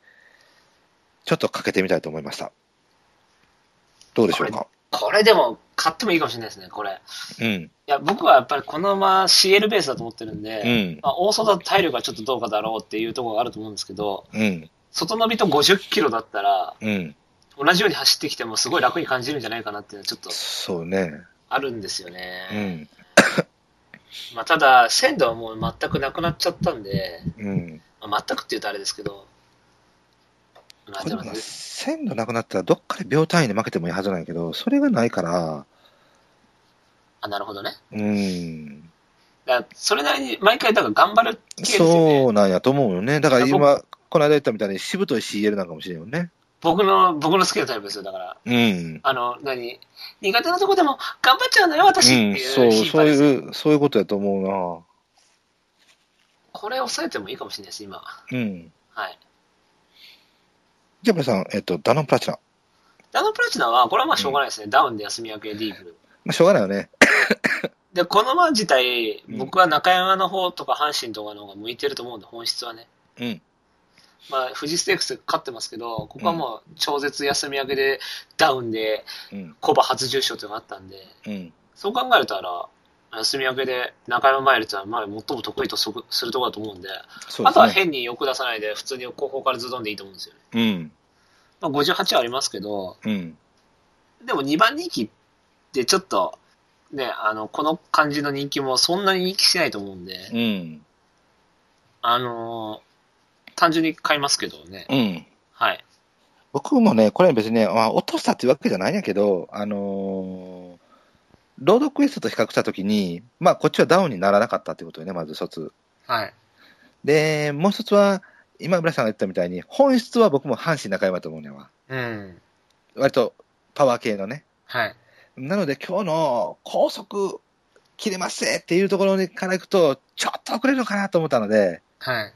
Speaker 1: ちょっとかけてみたいと思いました。どうでしょうか。
Speaker 2: これでも、買ってもいいかもしれないですね、これ。
Speaker 1: うん。
Speaker 2: いや、僕はやっぱりこのまま CL ベースだと思ってるん
Speaker 1: う
Speaker 2: で、
Speaker 1: ん。
Speaker 2: まあ、大外だと体力がちょっとどうかだろうっていうところがあると思うんですけど、
Speaker 1: うん。
Speaker 2: 外伸びと50キロだったら、
Speaker 1: うん。
Speaker 2: 同じように走ってきてもすごい楽に感じるんじゃないかなっていうのはちょっと
Speaker 1: そうね。
Speaker 2: あるんですよ
Speaker 1: うん。
Speaker 2: ね。まあ、ただ、鮮度はもう全くなくなっちゃったんで、
Speaker 1: うん。
Speaker 2: まあ、全くって言うとあれですけど、まあ、
Speaker 1: こ
Speaker 2: で
Speaker 1: れ
Speaker 2: もね
Speaker 1: が鮮度なくなったら、どっかで秒単位で負けてもいいはずなんやけど、それがないから、
Speaker 2: あ、なるほどね。
Speaker 1: うん。
Speaker 2: だからそれなりに、毎回、だから頑張る系ですよね。
Speaker 1: そうなんやと思うよね。だから今、この間言ったみたいに、しぶとい CL なんかもしれんよね。
Speaker 2: 僕の、僕の好きなタイプですよ、だから。
Speaker 1: うん。
Speaker 2: あの、何苦手なとこでも頑張っちゃうのよ、私、って
Speaker 1: うん、
Speaker 2: いう
Speaker 1: そう、
Speaker 2: キーパ
Speaker 1: そ
Speaker 2: ー
Speaker 1: う
Speaker 2: ですよ。
Speaker 1: いう、そういうことやと思
Speaker 2: これ抑えてもいいかもしれないです、今。
Speaker 1: うん。
Speaker 2: はい。
Speaker 1: じゃあ皆さん、えっと、ダノンプラチナ。
Speaker 2: ダノンプラチナは、これはまあしょうがないですね。ダウンで休み明けリーグ。
Speaker 1: まあ、しょうがないよね。
Speaker 2: で、この馬自体、
Speaker 1: うん
Speaker 2: 僕は中山の方とか阪神とかの方が向いてると思うんで、本質はね。
Speaker 1: うん。
Speaker 2: まあ、富士ステークス勝ってますけど、ここはもう超絶休み明けで、ダウンで、
Speaker 1: うん。
Speaker 2: コバ初重賞というのがあったんで、
Speaker 1: うん。
Speaker 2: そう考えると、あの、休み明けで中山マイルというのは、まあ、最も得意とするところだと思うんで、
Speaker 1: そう
Speaker 2: あとは
Speaker 1: ですね。
Speaker 2: 変に欲出さないで、普通に後方からズドンでいいと思うんですよね。
Speaker 1: うん。
Speaker 2: まあ、58はありますけど、
Speaker 1: うん。
Speaker 2: でも2番人気ってちょっと、ね、あの、この感じの人気もそんなに人気しないと思うんで、
Speaker 1: うん。
Speaker 2: あのー単純に買いますけどね。
Speaker 1: うん。
Speaker 2: はい。
Speaker 1: 僕もね、これは別にね、まあ、落としたっていうわけじゃないんやけど、あのーロードクエストと比較したときに、まあ、こっちはダウンにならなかったっていうことよね、まず一つ。
Speaker 2: はい。
Speaker 1: で、もう一つは、今、村さんが言ったみたいに、本質は僕も阪神中山だと思うねんわ。
Speaker 2: うん。
Speaker 1: 割とパワー系のね。
Speaker 2: はい。
Speaker 1: なので、今日の高速切れますぜっていうところにから行くと、ちょっと遅れるのかなと思ったので、
Speaker 2: はい。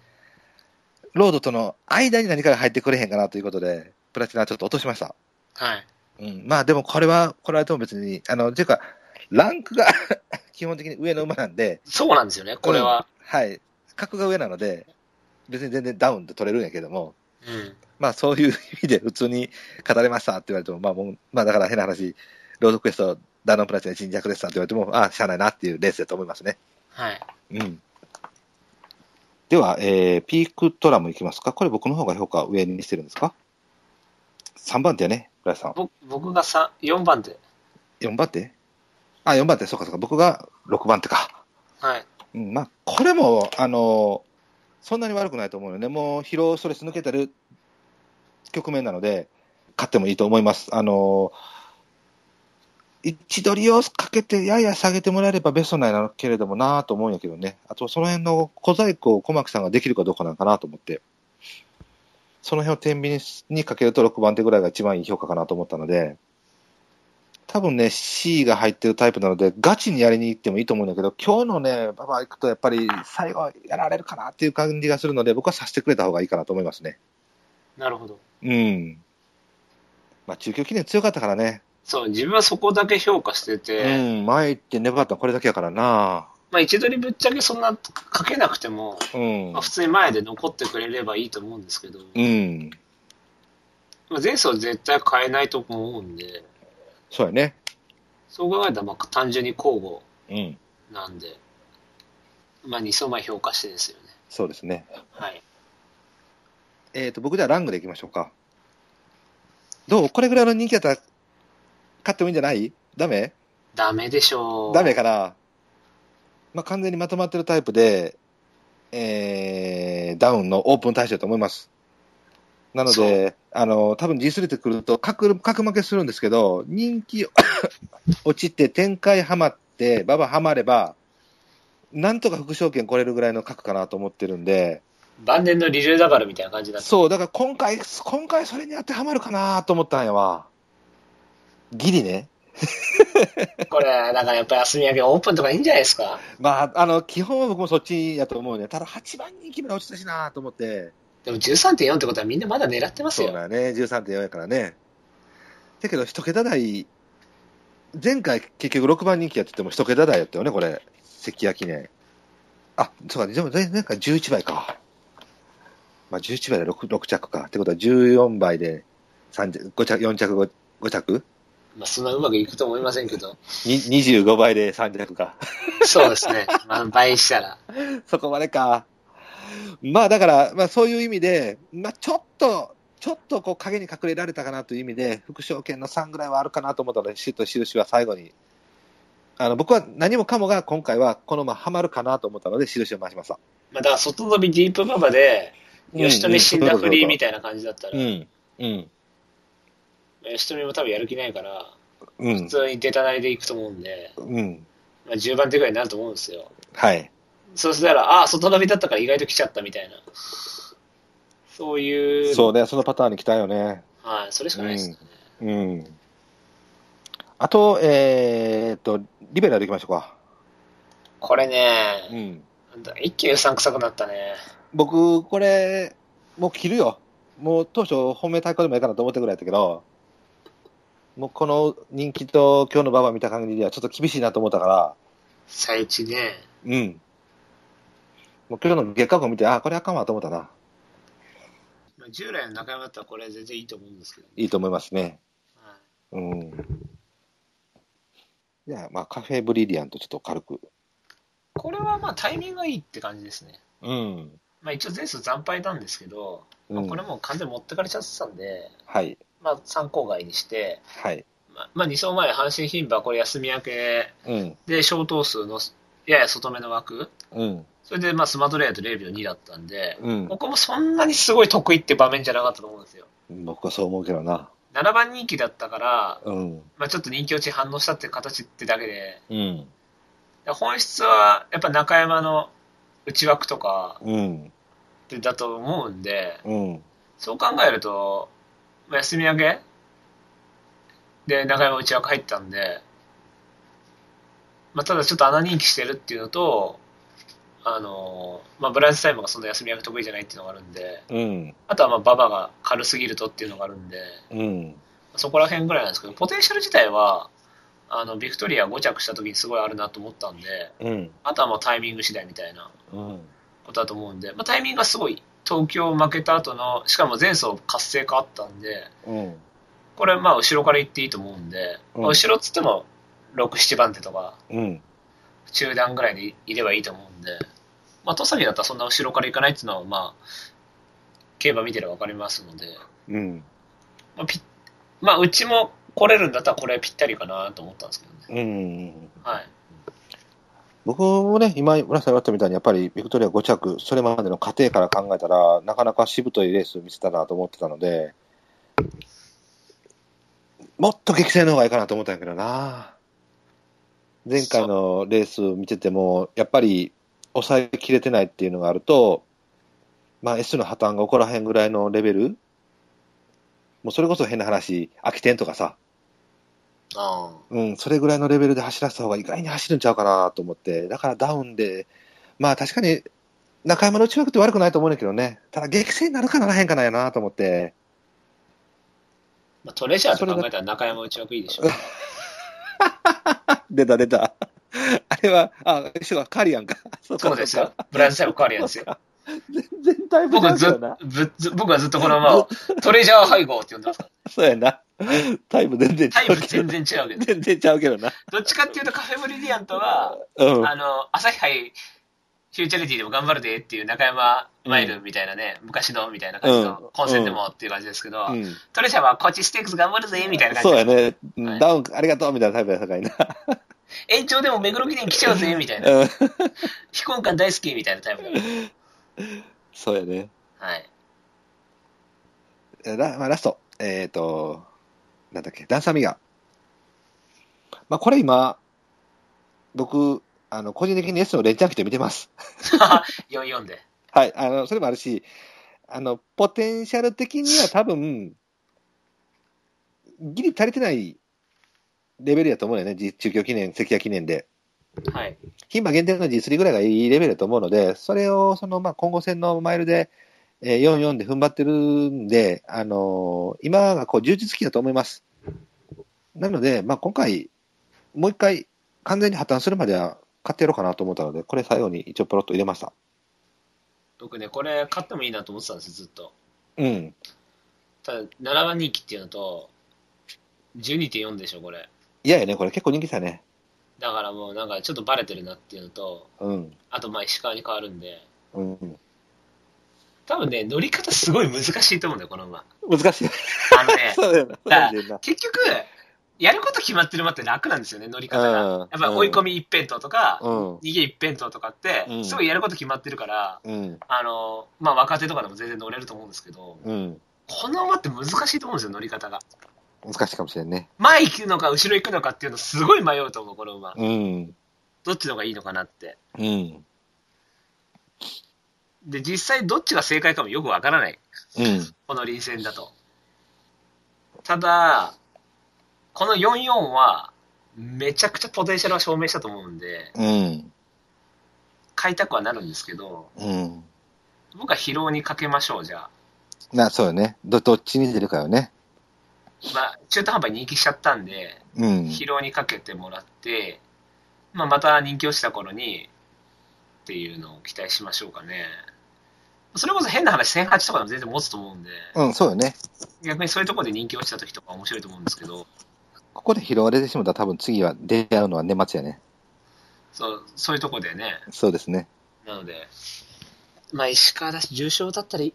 Speaker 1: ロードとの間に何かが入ってくれへんかなということで、プラチナちょっと落としました。
Speaker 2: はい。
Speaker 1: うん、まあでもこれは、これはとも別に、あの、ていうか、ランクが 基本的に上の馬なんで、
Speaker 2: そうなんですよね、これは。
Speaker 1: はい、格が上なので、別に全然ダウンで取れるんやけども、
Speaker 2: うん。
Speaker 1: まあそういう意味で普通に語れましたって言われても、まあもう、まあだから変な話、ロードクエスト、ダノンプラチナ沈弱でしたって言われても、ああ、しゃあないなっていうレースだと思いますね。
Speaker 2: はい。
Speaker 1: うん。では、えー、ピークトラムいきますか。これ僕の方が評価上にしてるんですか ?3 番手やね、村井さん。
Speaker 2: 僕僕がさ4番手。
Speaker 1: 4番手あ、4番手、そうかそうか、僕が6番手か。
Speaker 2: はい。
Speaker 1: うん、まあ、これも、あのそんなに悪くないと思うよね。もう疲労、ストレス抜けてる局面なので、勝ってもいいと思います。あの位置取りをかけて、やや下げてもらえればベストなんやけれどもなぁと思うんやけどね。あと、その辺の小細工を小牧さんができるかどうかなんかなと思って。その辺を天秤にかけると6番手ぐらいが一番いい評価かなと思ったので、多分ね、C が入ってるタイプなので、ガチにやりに行ってもいいと思うんだけど、今日のね、ババ行くとやっぱり最後やられるかなっていう感じがするので、僕はさせてくれた方がいいかなと思いますね。
Speaker 2: なるほど。
Speaker 1: うん。まあ、中京記念強かったからね。
Speaker 2: そう、自分はそこだけ評価してて、
Speaker 1: うん、前行って粘ったのこれだけやからな。
Speaker 2: まあ位置取りぶっちゃけそんなかけなくても、
Speaker 1: うん
Speaker 2: まあ、。普通に前で残ってくれればいいと思うんですけど、
Speaker 1: うん。
Speaker 2: まあ、前走絶対変えないと思うんで、
Speaker 1: そうやね。
Speaker 2: そう考えたらまあ単純に交互
Speaker 1: うん。
Speaker 2: なんで、まあ2走前評価してですよね。
Speaker 1: そうですね。
Speaker 2: はい。
Speaker 1: えっ、と、僕ではラングで行きましょうか。どうこれぐらいの人気だったら、勝ってもいいんじゃないダメ
Speaker 2: ダメでしょう。
Speaker 1: ダメかな、まあ、完全にまとまってるタイプで、えー、ダウンのオープン対象だと思います。なの
Speaker 2: そ
Speaker 1: で、あの多分 G3 ってくると角、角負けするんですけど、人気 落ちて、展開はまって、馬場はまれば、なんとか副賞券来れるぐらいの角かなと思ってるんで、
Speaker 2: 晩年のリレーだからみたいな感じになって
Speaker 1: そう、だから今回、今回それに当てはまるかなと思ったんやわ。ギリね。
Speaker 2: これ、だからやっぱり休み明けオープンとかいいんじゃないですか。
Speaker 1: まあ、あの、基本は僕もそっちやと思うね。ただ8番人気まで落ちたしなと思って。
Speaker 2: でも13.4ってことはみんなまだ狙ってます
Speaker 1: そう
Speaker 2: よ。
Speaker 1: だね。13.4やからね。だけど、一桁台、前回結局6番人気やってても一桁台やったよね、これ。関谷記念。あ、そうか、でも前前回11倍か。まあ11倍で 6, 6着か。ってことは14倍で3着、5着、4着、5, 5着
Speaker 2: まあそんなうまくいくと思いませんけど。
Speaker 1: に ?25 倍で3着か。
Speaker 2: そうですね。まあ倍したら。
Speaker 1: そこまでか。まあだから、まあそういう意味で、まあちょっと、ちょっとこう影に隠れられたかなという意味で、副賞券の3ぐらいはあるかなと思ったので、シュッと印は最後に。あの、僕は何もかもが今回はこのままハマるかなと思ったので、印を回しました。
Speaker 2: まあだから外飛びディープババで、吉富死んだフリーみ
Speaker 1: た
Speaker 2: たいな感じだったら、
Speaker 1: うん。うん。
Speaker 2: 吉富も多分やる気ないから、
Speaker 1: う
Speaker 2: 普
Speaker 1: ん。
Speaker 2: 通に出たなりでいくと思うんで、
Speaker 1: うん。
Speaker 2: まあ10番手ぐらいになると思うんですよ。
Speaker 1: はい。
Speaker 2: そうしたら、ああ、外伸びだったから意外と来ちゃったみたいな。そういう、
Speaker 1: そうね、そのパターンに来たよね。
Speaker 2: はい、それしかないですね。
Speaker 1: うん。あと、えーっと、リベラル行きましょうか。
Speaker 2: これね、
Speaker 1: うん。
Speaker 2: なんだ一気にうさんくさくなったね。
Speaker 1: 僕、これ、もう切るよ。もう当初、本命対抗でもいいかなと思ったぐらいだったけど、もうこの人気と今日のババ見た限りではちょっと厳しいなと思ったから、
Speaker 2: 最一ね。
Speaker 1: うん。もう今日の月間を見て、あ、これあかんわと思ったな。
Speaker 2: まあ従来の中山だったらこれは全然いいと思うんですけど、
Speaker 1: いいと思いますね。
Speaker 2: はい
Speaker 1: うん。じゃあ、まあ、カフェブリリアントちょっと軽く。
Speaker 2: これはまあタイミングがいいって感じですね。
Speaker 1: うん。
Speaker 2: まあ一応前走惨敗なんですけど、
Speaker 1: うん、
Speaker 2: これもう完全に持ってかれちゃってたんで、
Speaker 1: はい。
Speaker 2: まあ参考外にして、
Speaker 1: はい。
Speaker 2: まあ、まあ、2走前、阪神牝馬、これ休み明け
Speaker 1: うん。
Speaker 2: で、小頭数のやや外目の枠、
Speaker 1: うん。
Speaker 2: それでまあスマートレイアウト0秒2だったんで、
Speaker 1: うん。
Speaker 2: ここもそんなにすごい得意って場面じゃなかったと思うんですよ。
Speaker 1: 僕はそう思うけどな。
Speaker 2: 7番人気だったから、
Speaker 1: うん。
Speaker 2: まあ、ちょっと人気落ちに反応したって形ってだけで、
Speaker 1: うん。
Speaker 2: 本質はやっぱ中山の内枠とか
Speaker 1: うん。
Speaker 2: だと思うんで、
Speaker 1: うん。
Speaker 2: そう考えると、まあ、休み明けで中山内枠入ったんで、まあ、ただちょっと穴人気してるっていうのと、あのまあ、ブランスタイムがそんな休み明け得意じゃないっていうのがあるんで、
Speaker 1: うん。
Speaker 2: あとはまあ馬場が軽すぎるとっていうのがあるんで、
Speaker 1: うん。
Speaker 2: そこら辺ぐらいなんですけど、ポテンシャル自体は、あのビクトリア5着した時にすごいあるなと思ったんで、
Speaker 1: うん。
Speaker 2: あとはもうタイミング次第みたいな
Speaker 1: うん。
Speaker 2: ことだと思うんで、まあ、タイミングがすごい、東京負けた後の、しかも前走活性化あったんで、
Speaker 1: うん。
Speaker 2: これ、まあ、後ろから行っていいと思うんで、
Speaker 1: うん
Speaker 2: まあ後ろっつっても、6、7番手とか、
Speaker 1: うん。
Speaker 2: 中段ぐらいにいればいいと思うんで、まあ、戸崎だったらそんな後ろから行かないっていうのは、まあ、競馬見てれば分かりますので、
Speaker 1: うん。
Speaker 2: まあ、ぴまあ、うちも来れるんだったら、これぴったりかなと思ったんですけどね。
Speaker 1: うん。
Speaker 2: はい。
Speaker 1: 僕もね、今、村さんが言ったみたいに、やっぱりビクトリア5着、それまでの過程から考えたら、なかなかしぶといレースを見せたなと思ってたので、もっと激戦の方がいいかなと思ったんやけどな。前回のレースを見てても、やっぱり抑えきれてないっていうのがあると、まあ、S の破綻が起こらへんぐらいのレベル、もうそれこそ変な話、空き店とかさ、
Speaker 2: あ
Speaker 1: うん、それぐらいのレベルで走らせた方が意外に走るんちゃうかなと思って、だからダウンで、まあ確かに中山の中学って悪くないと思うんだけどね、ただ激戦になるかならへんかなんやなと思って、
Speaker 2: まあ、トレジャーと考えたら中山内枠いいでしょう。
Speaker 1: 出た出た。あれは、あ、一緒がカーリアンか。そうか
Speaker 2: そうです
Speaker 1: そう
Speaker 2: よ
Speaker 1: か。
Speaker 2: ブランスタイム変わりなんで すよ。
Speaker 1: 全然タイプ
Speaker 2: 僕
Speaker 1: ちゃうけ
Speaker 2: はず
Speaker 1: どな。
Speaker 2: ぶず僕はずっとこ のままトレジャー配合って呼んでますから。
Speaker 1: そうやな。タイプ全然ち
Speaker 2: タイ
Speaker 1: ゃう
Speaker 2: プ
Speaker 1: けど
Speaker 2: 全。然違うけど。
Speaker 1: 全然ちゃうけどな。
Speaker 2: どっちかっていうとカフェブリリアントは、
Speaker 1: うん。
Speaker 2: あの、朝日杯フューチャリティでも頑張るでっていう中山マイルみたいなね、昔のみたいな感じ
Speaker 1: うん
Speaker 2: の本戦でもっていう感じですけど、
Speaker 1: うん
Speaker 2: トレジャーはこっちステークス頑張るぜみたいな感じ
Speaker 1: そうや
Speaker 2: で、
Speaker 1: ね、
Speaker 2: はい
Speaker 1: ダウンありがとうみたいなタイプやさかいな。
Speaker 2: 延長でも目黒記念来ちゃうぜみたいな、
Speaker 1: うん
Speaker 2: 非婚感大好きみたいなタイプだから
Speaker 1: そうやね。
Speaker 2: はい。
Speaker 1: えーラまあ、ラスト、えっ、と、なんだっけ、ダンサーミガ。まあ、これ今、僕、あの、個人的に S のレンチャン機と見てます。
Speaker 2: 44で。
Speaker 1: はい、あの、それもあるし、あの、ポテンシャル的には多分、ギリ足りてないレベルやと思うよね、じ中京記念、関谷記念で。
Speaker 2: はい。
Speaker 1: 牝馬限定の G3 ぐらいがいいレベルだと思うので、それをそのまあ今後戦のマイルで、えー、44で踏ん張ってるんで、あのー今がこう充実期だと思います。なので、まあ、今回、もう一回、完全に破綻するまでは買ってやろうかなと思ったので、これ最後に一応ポロッと入れました。
Speaker 2: 僕ね、これ買ってもいいなと思ってたんですよ、ずっと。
Speaker 1: うん。
Speaker 2: ただ、7番人気っていうのと、12.4でしょ、これ。
Speaker 1: 嫌やね、これ結構人気さね。
Speaker 2: だからもうなんかちょっとバレてるなっていうのと、
Speaker 1: うん。
Speaker 2: あとまあ石川に変わるんで、
Speaker 1: うん。
Speaker 2: 多分ね、乗り方すごい難しいと思うんだよ、この馬。
Speaker 1: 難しい。
Speaker 2: あのね、
Speaker 1: そうだよな。そうだよな。
Speaker 2: 結局、やること決まってる馬って楽なんですよね、乗り方
Speaker 1: うん
Speaker 2: が。やっぱ追い込み一辺倒とか、
Speaker 1: うん。
Speaker 2: 逃げ一辺倒とかって
Speaker 1: う、ん
Speaker 2: すごいやること決まってるから、
Speaker 1: うん。
Speaker 2: あの、まあ若手とかでも全然乗れると思うんですけど、
Speaker 1: うん。
Speaker 2: この馬って難しいと思うんですよ、乗り方が。
Speaker 1: 難しいかもしれんね。
Speaker 2: 前行くのか後ろ行くのかっていうのすごい迷うと思う、この馬。
Speaker 1: うん。
Speaker 2: どっちの方がいいのかなって。
Speaker 1: うん。
Speaker 2: で、実際どっちが正解かもよくわからない。
Speaker 1: うん。
Speaker 2: この臨戦だと。ただ、この44は、めちゃくちゃポテンシャルは証明したと思うんで、
Speaker 1: うん。
Speaker 2: 買いたくはなるんですけど、
Speaker 1: うん。
Speaker 2: 僕は疲労にかけましょう、じゃあ。
Speaker 1: な、そうよね。ど、どっちに出るかよね。
Speaker 2: まあ、中途半端に人気しちゃったんで、
Speaker 1: うん。
Speaker 2: 疲労にかけてもらって、まあ、また人気落ちた頃にっていうのを期待しましょうかね。それこそ変な話、1008とかでも全然持つと思うんで、
Speaker 1: うん、そうよね。
Speaker 2: 逆にそういうところで人気落ちた時とか面白いと思うんですけど、
Speaker 1: ここで拾われてしまったら多分次は出会うのは年末やね。
Speaker 2: そうそういうところでね、
Speaker 1: そうですね。
Speaker 2: なので、まあ、石川だし、重症だったらい、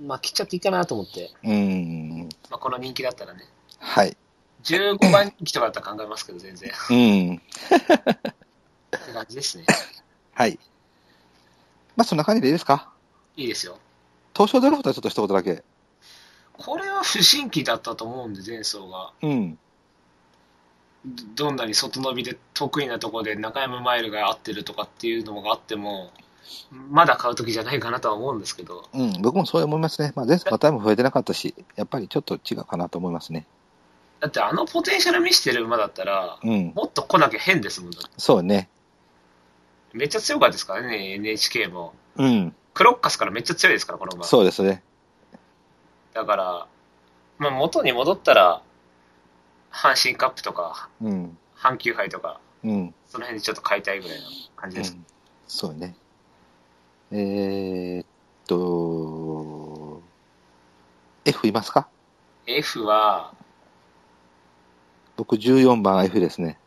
Speaker 2: まあ、切っちゃっていいかなと思って、
Speaker 1: うん。
Speaker 2: まあ、この人気だったらね、
Speaker 1: はい。
Speaker 2: 15番人気とかだったら考えますけど、全然。
Speaker 1: うん。
Speaker 2: って感じですね。
Speaker 1: はい。まあ、そんな感じでいいですか
Speaker 2: いいですよ。
Speaker 1: 東証ドラフトはちょっと一言だけ。
Speaker 2: これは不審期だったと思うんで、前走が。
Speaker 1: うん。
Speaker 2: どどんなに外伸びで得意なところで中山マイルが合ってるとかっていうのがあっても、まだ買う時じゃないかなとは思うんですけど、
Speaker 1: うん。僕もそう思いますね。まあ、前作のタイム増えてなかったし、やっぱりちょっと違うかなと思いますね。
Speaker 2: だってあのポテンシャル見せてる馬だったら、
Speaker 1: うん。
Speaker 2: もっと来なきゃ変ですもんだって。
Speaker 1: そうね。
Speaker 2: めっちゃ強かったですからね、NHK も。
Speaker 1: うん。
Speaker 2: クロッカスからめっちゃ強いですから、この馬。
Speaker 1: そうですね。
Speaker 2: だから、まあ、元に戻ったら、阪神カップとか、
Speaker 1: うん。
Speaker 2: 阪急杯とか、
Speaker 1: うん。
Speaker 2: その辺でちょっと買いたいぐらいな感じです。
Speaker 1: うんそうね。えー、っと、F いますか
Speaker 2: F は、
Speaker 1: 僕14番 F ですね。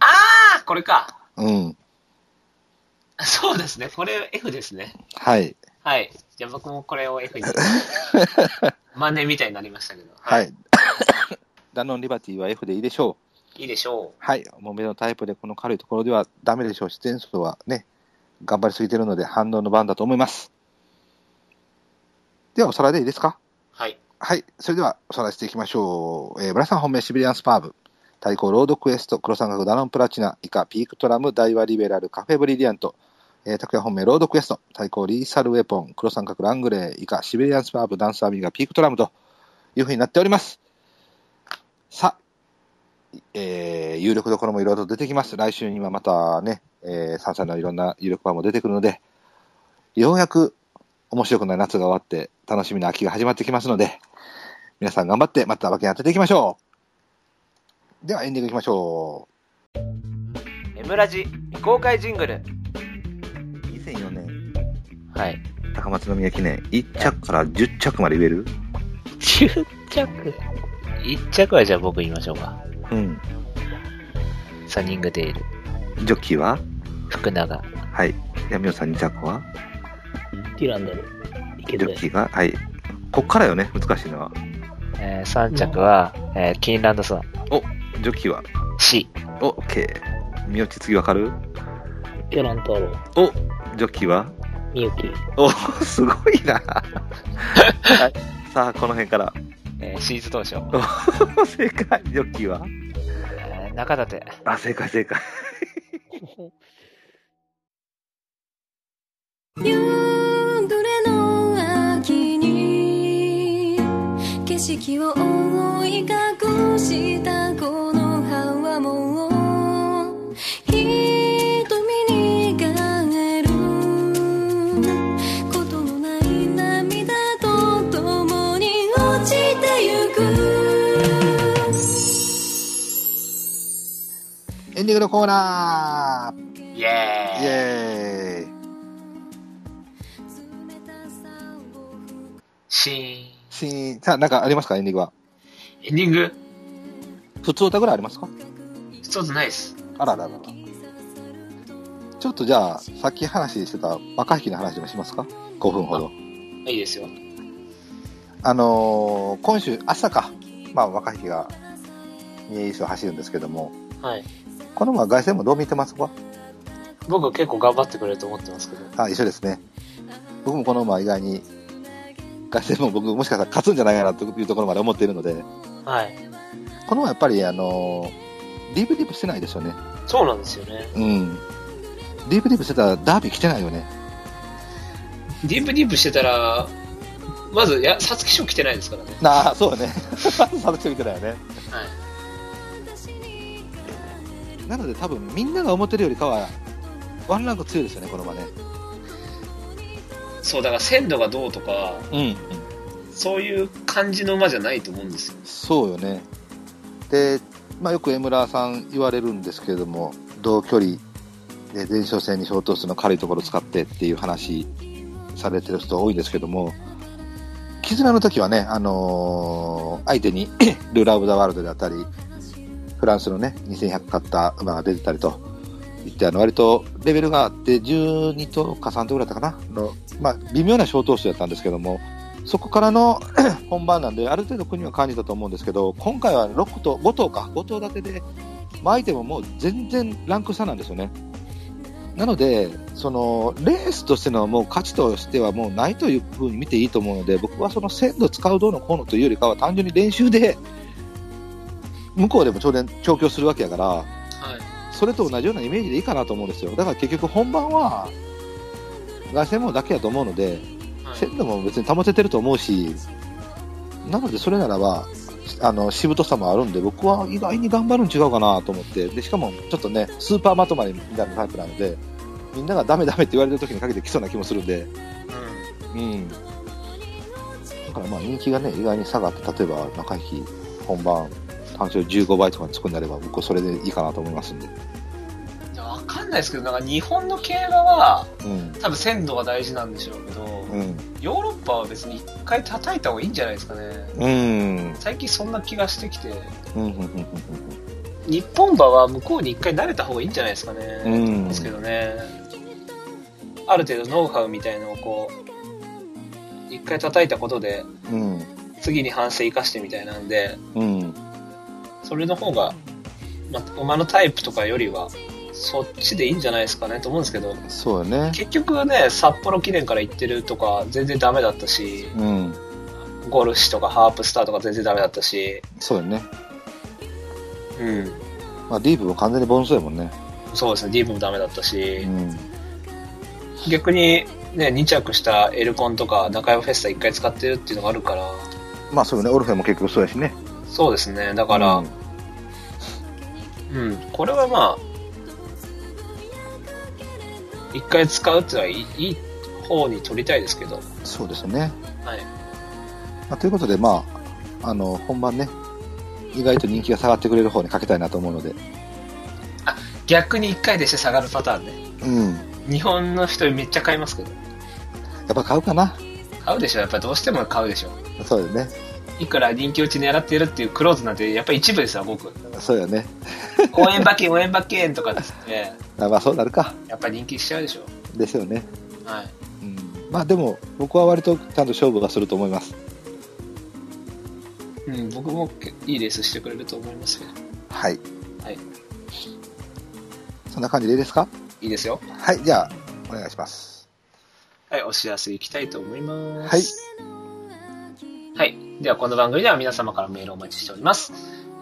Speaker 2: あ、これか。
Speaker 1: うん。
Speaker 2: そうですね、これ F ですね。
Speaker 1: はい。
Speaker 2: はい。じゃあ僕もこれを F に。真似みたいになりましたけど。。
Speaker 1: はいい。 ダノンリバティは F でいいでしょう。
Speaker 2: いいでしょ
Speaker 1: はい。重めのタイプでこの軽いところではダメでしょう。出演層はね、頑張りすぎてるので反応の番だと思います。ではおさらいでいいですか
Speaker 2: う。はい。
Speaker 1: はい、それではおさらいしていきましょう。えー、村さん本命シベリアンスパーブ、対抗ロードクエスト、黒三角ダノンプラチナ、以下ピークトラム、ダイワリベラル、カフェブリリアント、えー、拓也本命ロードクエスト、対抗リーサルウェポン、黒三角ラングレー、以下シベリアンスパーブ、ダンスアミガ、ピークトラムというふうになっております。さあ、えー、有力どころもいろいろと出てきます。来週にはまたね、えー、サンサンのいろんな有力版も出てくるので、ようやく面白くない夏が終わって、楽しみな秋が始まってきますので、皆さん頑張ってまた馬券当てていきましょうではエンディングいきましょ
Speaker 3: エムラジ未公開ジングル
Speaker 1: う2004年
Speaker 3: はい
Speaker 1: 高松宮記念1着から10着まで言える
Speaker 3: 10着1着はじゃあ僕言いましょうか
Speaker 1: うん
Speaker 3: サニングデール
Speaker 1: ジョッキーは
Speaker 3: 福永
Speaker 1: はい闇野さん2着は
Speaker 3: ディランダルい
Speaker 1: ジ
Speaker 3: け
Speaker 1: ョッキーがはいこっからよね難しいのは
Speaker 3: えー、3着は、えー、キーンランドソン
Speaker 1: ジョッキーは
Speaker 3: C
Speaker 1: お OK みよち次わかる
Speaker 4: キャラン太郎、
Speaker 1: おジョッキーは
Speaker 4: みゆき、
Speaker 1: おすごいな、 はい、さあこの辺から
Speaker 3: えー、シーズ当初、
Speaker 1: お正解ジョッキーは
Speaker 3: えー、中立
Speaker 1: あ正解正解
Speaker 5: 夕暮れの秋に景色を覆い隠したこの葉はもう瞳に変えることのない涙と共に落ちてゆく
Speaker 1: エンディングのコーナーイ
Speaker 2: イエーイ
Speaker 1: エーイ
Speaker 2: シーン。
Speaker 1: シーン、さあ、なんかありますかエンディングは。
Speaker 2: エンディング
Speaker 1: 普通歌ぐらいありますか
Speaker 2: 一つないです。
Speaker 1: あらららら。ちょっとじゃあ、さっき話してた若引きの話でもしますか ?5 分ほど。
Speaker 2: いいですよ。
Speaker 1: あのー今週、朝か、まあ、若引きが2エースを走るんですけども、
Speaker 2: はい。
Speaker 1: このまま凱旋もどう見てますか
Speaker 2: 僕結構頑張ってくれると思ってますけど。
Speaker 1: あ、一緒ですね。僕もこの馬意外に、凱旋も僕もしかしたら勝つんじゃないかなというところまで思っているので、
Speaker 2: はい。
Speaker 1: この馬やっぱり、あのーリブリブしてないですよね。
Speaker 2: そうなんですよね。
Speaker 1: うん。リブリブしてたらダービー来てないよね。
Speaker 2: ディープディープしてたら、まず、いや、皐月賞来てないですからね。
Speaker 1: なあ、そうね。 サブチョてたよね。
Speaker 2: はい。
Speaker 1: なので多分みんなが思ってるよりかは、ワンランク強いですよね、この場ね。
Speaker 2: そう、だから鮮度がどうとか、
Speaker 1: うん。
Speaker 2: そういう感じの馬じゃないと思うんですよ。
Speaker 1: そうよね。で、まあ、よく江村さん言われるんですけれども、同距離で前哨戦に相当するの軽いところ使ってっていう話されてる人多いんですけども、絆の時はね、あのー相手に ルーラー・オブ・ザ・ワールドであったり、フランスのね、2100勝った馬が出てたりと、いってあの割とレベルがあって、12とか3とぐらいだったかな、のまあ、微妙な小投手だったんですけども、そこからの本番なんで、ある程度国は感じたと思うんですけど、今回は6と5頭か、5頭立てで、まあ、相手ももう全然ランク差なんですよね。なので、そのレースとしてのもう価値としてはもうないというふうに見ていいと思うので、僕はその鮮度使うどうのこうのというよりかは、単純に練習で、向こうでも調練調教するわけやから、
Speaker 2: はい。
Speaker 1: それと同じようなイメージでいいかなと思うんですよ。だから結局本番は、凱旋門だけだと思うので、鮮度も別に保ててると思うし、なのでそれならば、あの、しぶとさもあるんで、僕は意外に頑張るん違うかなと思って、で、しかもちょっとね、スーパーまとまりみたいなタイプなので、みんながダメダメって言われる時にかけてきそうな気もするんで、うん。だからまあ人気がね、意外に下がって、例えば中引き本番、単勝15倍とかにつくんであれば、僕はそれでいいかなと思いますんで。
Speaker 2: いやわかんないですけど、なんか日本の競馬は、
Speaker 1: うん。
Speaker 2: 多分鮮度が大事なんでしょうけど、
Speaker 1: うん。
Speaker 2: ヨーロッパは別に一回叩いた方がいいんじゃないですかね。
Speaker 1: うん。
Speaker 2: 最近そんな気がしてきて、
Speaker 1: うんうんうん
Speaker 2: 日本馬は向こうに一回慣れた方がいいんじゃないですかね。
Speaker 1: うんうんうん
Speaker 2: ですけどね、ある程度ノウハウみたいのをこう、一回叩いたことで、
Speaker 1: うん
Speaker 2: 次に反省生かしてみたいなんで、
Speaker 1: うん
Speaker 2: それの方が、まあ、馬のタイプとかよりは、そっちでいいんじゃないですかねと思うんですけど、
Speaker 1: そうよね
Speaker 2: 結局ね、札幌記念から行ってるとか全然ダメだったし、
Speaker 1: うん
Speaker 2: ゴルシとかハープスターとか全然ダメだったし、
Speaker 1: そうよね
Speaker 2: うん、
Speaker 1: まあディープも完全にボンソやもんね
Speaker 2: そうですね、ディープもダメだったし、
Speaker 1: うん
Speaker 2: 逆にね、2着したエルコンとか中山フェスタ1回使ってるっていうのがあるから、
Speaker 1: まあそうよねオルフェも結局そうやしね
Speaker 2: そうですね、だから、
Speaker 1: うん
Speaker 2: うん、これはまあ、一回使うっていうのはいいいい方に取りたいですけど、
Speaker 1: そうですね、
Speaker 2: はい。
Speaker 1: まあ、ということでまああの本番ね意外と人気が下がってくれる方にかけたいなと思うので
Speaker 2: 逆に一回でして下がるパターンね。
Speaker 1: うん
Speaker 2: 日本の人めっちゃ買いますけど。
Speaker 1: やっぱ買うかな
Speaker 2: 買うでしょやっぱどうしても買うでしょ
Speaker 1: そうよね
Speaker 2: いくら人気うち狙ってるっていうクローズなんてやっぱ一部ですわ、僕。
Speaker 1: そうよね
Speaker 2: 応援馬 券、応援馬券とかですね。
Speaker 1: あまあそうなるか
Speaker 2: やっぱ人気しちゃうでしょ
Speaker 1: ですよね
Speaker 2: はい。
Speaker 1: うんまあでも僕は割とちゃんと勝負はすると思います
Speaker 2: うん、僕もいいレースしてくれると思いますけど。
Speaker 1: はい
Speaker 2: はい。
Speaker 1: そんな感じでいいですか
Speaker 2: いいですよ。
Speaker 1: はいじゃあお願いします
Speaker 2: はい、お知らせいきたいと思います。
Speaker 1: はい
Speaker 2: はい。では、この番組では皆様からメールをお待ちしております。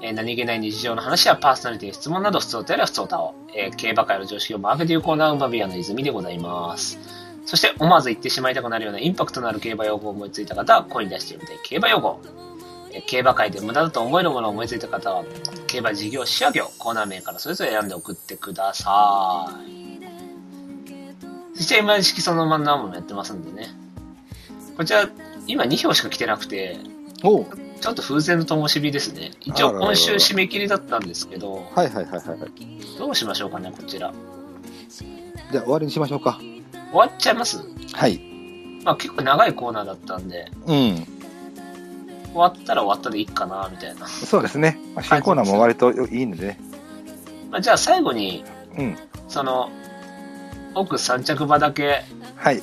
Speaker 2: えー何気ない日常の話やパーソナリティの質問など、普通お便りは普通おたを、えー競馬界の常識をマーケティングコーナー、馬ビアの泉でございます。そして、思わず言ってしまいたくなるようなインパクトのある競馬用語を思いついた方は、声に出してみて、競馬用語。えー競馬界で無駄だと思えるものを思いついた方は、競馬事業者業、コーナー名からそれぞれ選んで送ってください。そして、今、色そのまんなもやってますんでね。こちら、今2票しか来てなくて、
Speaker 1: おう
Speaker 2: ちょっと風船の灯火ですね。一
Speaker 1: あら
Speaker 2: 応
Speaker 1: ららら
Speaker 2: 今週締め切りだったんですけど、
Speaker 1: はいはいはいはいはい
Speaker 2: どうしましょうかね、こちら。
Speaker 1: じゃあ終わりにしましょうか
Speaker 2: 終わっちゃいます
Speaker 1: はい
Speaker 2: まあ結構長いコーナーだったんで、
Speaker 1: うん
Speaker 2: 終わったら終わったでいいかな、みたいな。
Speaker 1: そうですね、まあ、新コーナーも割といいのでね
Speaker 2: まあじゃあ最後に、
Speaker 1: うん
Speaker 2: その、奥3着馬だけ
Speaker 1: はい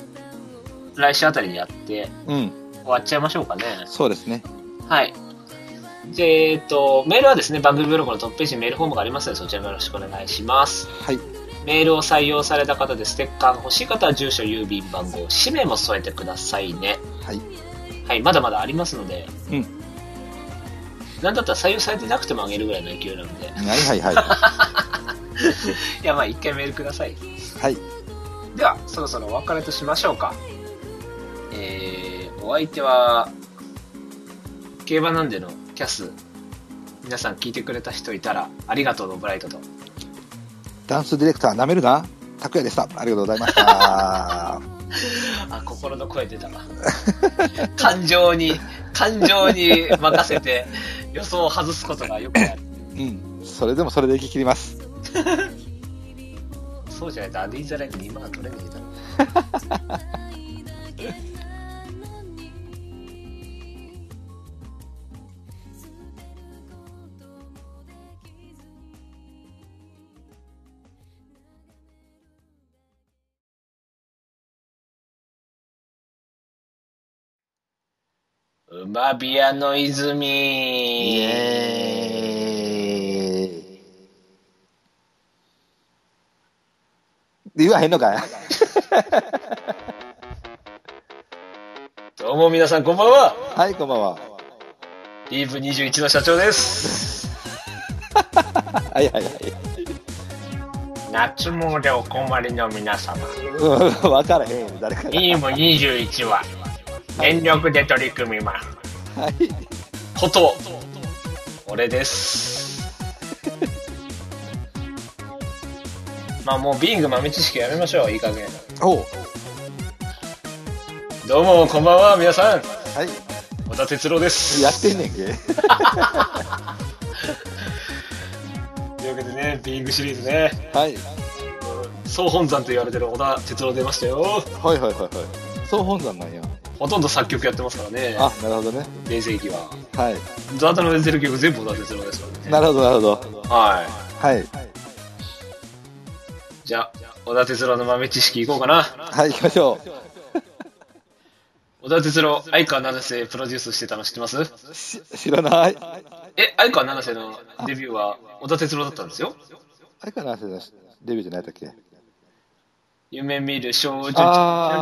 Speaker 2: 来週あたりにやって
Speaker 1: うん
Speaker 2: 終わっちゃいましょうかね。
Speaker 1: そうですね
Speaker 2: はい。でえっと、メールはですね、番組ブログのトップページにメールフォームがありますので、そちらもよろしくお願いします。
Speaker 1: はい
Speaker 2: メールを採用された方でステッカーが欲しい方は住所、郵便番号、氏名も添えてくださいね。
Speaker 1: はい
Speaker 2: はい、まだまだありますので。
Speaker 1: うん
Speaker 2: なんだったら採用されてなくてもあげるぐらいの勢いなんで。
Speaker 1: はいはい はい
Speaker 2: いや、まあ一回メールください。
Speaker 1: はい
Speaker 2: では、そろそろお別れとしましょうか。えー、お相手は、競馬なんでのキャス、皆さん聞いてくれた人いたら、ありがとうのブライトと。
Speaker 1: ダンスディレクターなめるな拓也でした。ありがとうございま した。
Speaker 2: あ、心の声出 たな。感情に、感情に任せて予想を外すことがよくある。
Speaker 1: うん。それでもそれで生き切ります。
Speaker 2: そうじゃないとアディーザライフに今は取れねえだろ。馬ビアの泉
Speaker 1: 言わへんのかい
Speaker 2: どうも皆さんこんばんは
Speaker 1: はい、こんばんは。
Speaker 2: イーブ21の社長です
Speaker 1: はいはいはい。
Speaker 2: 夏もでお困りの皆様
Speaker 1: うんわからへん、誰かが。
Speaker 2: イーブ21は全力で取り組みます
Speaker 1: はい。
Speaker 2: こと俺です まあもうビング豆知識やめましょういい加減
Speaker 1: おう
Speaker 2: どうもこんばんは皆さん
Speaker 1: はい。
Speaker 2: 小田哲郎です
Speaker 1: やってんねんけ。
Speaker 2: というわけでねビングシリーズね
Speaker 1: はい。
Speaker 2: 総本山と言われてる小田哲郎出ましたよ
Speaker 1: はいはいはいはい。総本山なんや。
Speaker 2: ほとんど作曲やってますからね
Speaker 1: あ、なるほどね。
Speaker 2: 全盛期は
Speaker 1: はい。
Speaker 2: ザータの出てる曲全部小田哲郎ですからね
Speaker 1: なるほどなるほど。
Speaker 2: は
Speaker 1: はい。
Speaker 2: いじゃあ小田哲郎の豆知識いこうかな
Speaker 1: はい、行きましょ
Speaker 2: 小田哲郎相川七瀬プロデュースしてたの知ってます
Speaker 1: う。し知らない。
Speaker 2: え、相川七瀬のデビューは小田哲郎だったんですよ。
Speaker 1: あれかな、それデビューじゃないだっけ
Speaker 2: 夢見る少女じ
Speaker 1: あ
Speaker 2: ゃ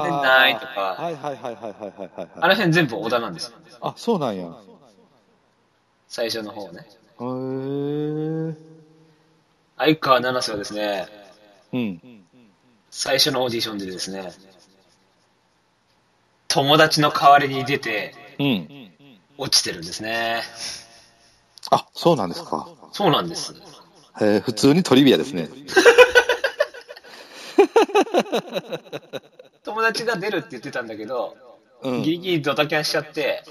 Speaker 1: ー
Speaker 2: ないと
Speaker 1: は
Speaker 2: か、
Speaker 1: いはいはいはいはいはいはい。
Speaker 2: あの辺全部小田なんですよ。
Speaker 1: あ、そうなんや。へ
Speaker 2: 最初の方ね。
Speaker 1: ー。
Speaker 2: 相川七瀬はですね、
Speaker 1: うん。
Speaker 2: 最初のオーディションでですね、友達の代わりに出て
Speaker 1: うん。
Speaker 2: 落ちてるんですね。
Speaker 1: あ、そうなんですか。
Speaker 2: そうなんです。
Speaker 1: えー、普通にトリビアですね。
Speaker 2: 友達が出るって言ってたんだけど、
Speaker 1: う
Speaker 2: ギリ
Speaker 1: ん。
Speaker 2: ギリドタキャンしちゃって、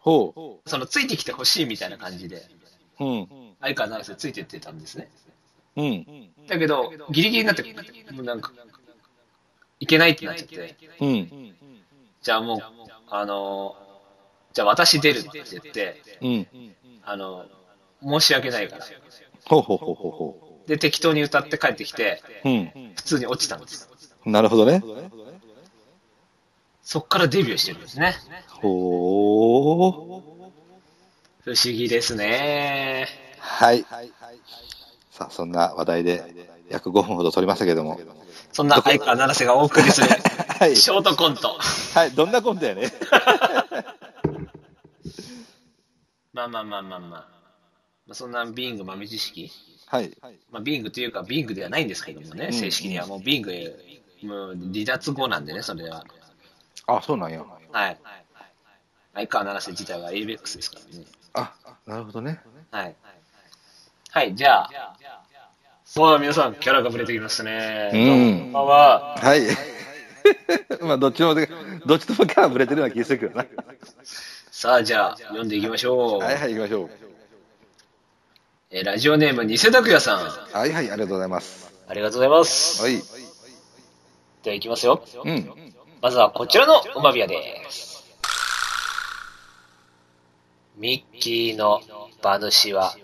Speaker 1: ほ
Speaker 2: そのついてきてほしいみたいな感じで、
Speaker 1: う。うん。
Speaker 2: 相川七瀬ついてってたんですね。
Speaker 1: うん。
Speaker 2: だけど、ギリギリになって、もうなんか、いけないってなっちゃって、
Speaker 1: うん。
Speaker 2: じゃあもう、あのー、じゃあ私出るって言って、
Speaker 1: うん。
Speaker 2: あのー、申し訳ないから。
Speaker 1: ほうほうほうほうほ
Speaker 2: で、適当に歌って帰ってきて、
Speaker 1: う。うん。
Speaker 2: 普通に落ちたんです。
Speaker 1: なるほどね。
Speaker 2: そっからデビューしてるんですね。
Speaker 1: ほー。
Speaker 2: 不思議ですね。
Speaker 1: はい。さあ、そんな話題で約5分ほど取りましたけども。
Speaker 2: そんな相川七瀬がお送りする、
Speaker 1: はい。
Speaker 2: ショートコント。
Speaker 1: はい、どんなコントやね。
Speaker 2: まあまあまあまあまあ。まあ、そんなビーング豆知識。
Speaker 1: はい。
Speaker 2: まあ、ビングというか、ビングではないんですけどもね、
Speaker 1: ん
Speaker 2: 正式にはもうビング、もう離脱後なんでね、それは。
Speaker 1: あ、そうなんや。
Speaker 2: はい。相川七瀬自体は ABEX ですからね。
Speaker 1: あ、なるほどね。
Speaker 2: はい。はい、じゃあ。そうだ、皆さん、キャラがぶれてきましたね。
Speaker 1: うん
Speaker 2: こんばんは。
Speaker 1: はい。 まあ、どっちも、どっちともキャラぶれてるような気がするけどな。
Speaker 2: さあ、じゃあ、読んでいきましょう。
Speaker 1: はいはい、行きましょう。
Speaker 2: えーラジオネーム、偽拓也さん。
Speaker 1: はいはい、ありがとうございます。
Speaker 2: ありがとうございます。
Speaker 1: はい。
Speaker 2: では、いきますよ。
Speaker 1: うん。
Speaker 2: まずはこちらのうまびやです。ミッキーの馬主は、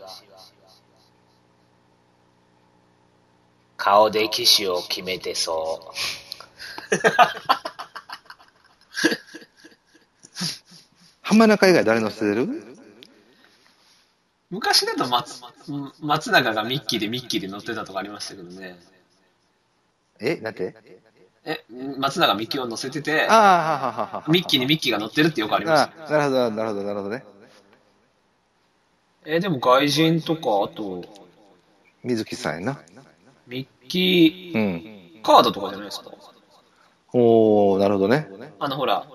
Speaker 2: 顔で騎手を決めてそう。
Speaker 1: 浜中以外誰のしてる
Speaker 2: 昔だと松松永がミッキーでミッキーで乗ってたとかありましたけどね。
Speaker 1: え、なんて
Speaker 2: え、松永ミッキーを乗せてて
Speaker 1: あ、あ、はははは。
Speaker 2: ミッキーにミッキーが乗ってるってよくありました
Speaker 1: あ
Speaker 2: ね。
Speaker 1: なるほど、なるほど、なるほどね。
Speaker 2: えでも外人とか、あと、
Speaker 1: 水木さんやな。
Speaker 2: ミッキ
Speaker 1: う
Speaker 2: ー
Speaker 1: ん。
Speaker 2: カードとかじゃないですか。
Speaker 1: おー、なるほどね。
Speaker 2: あのほら、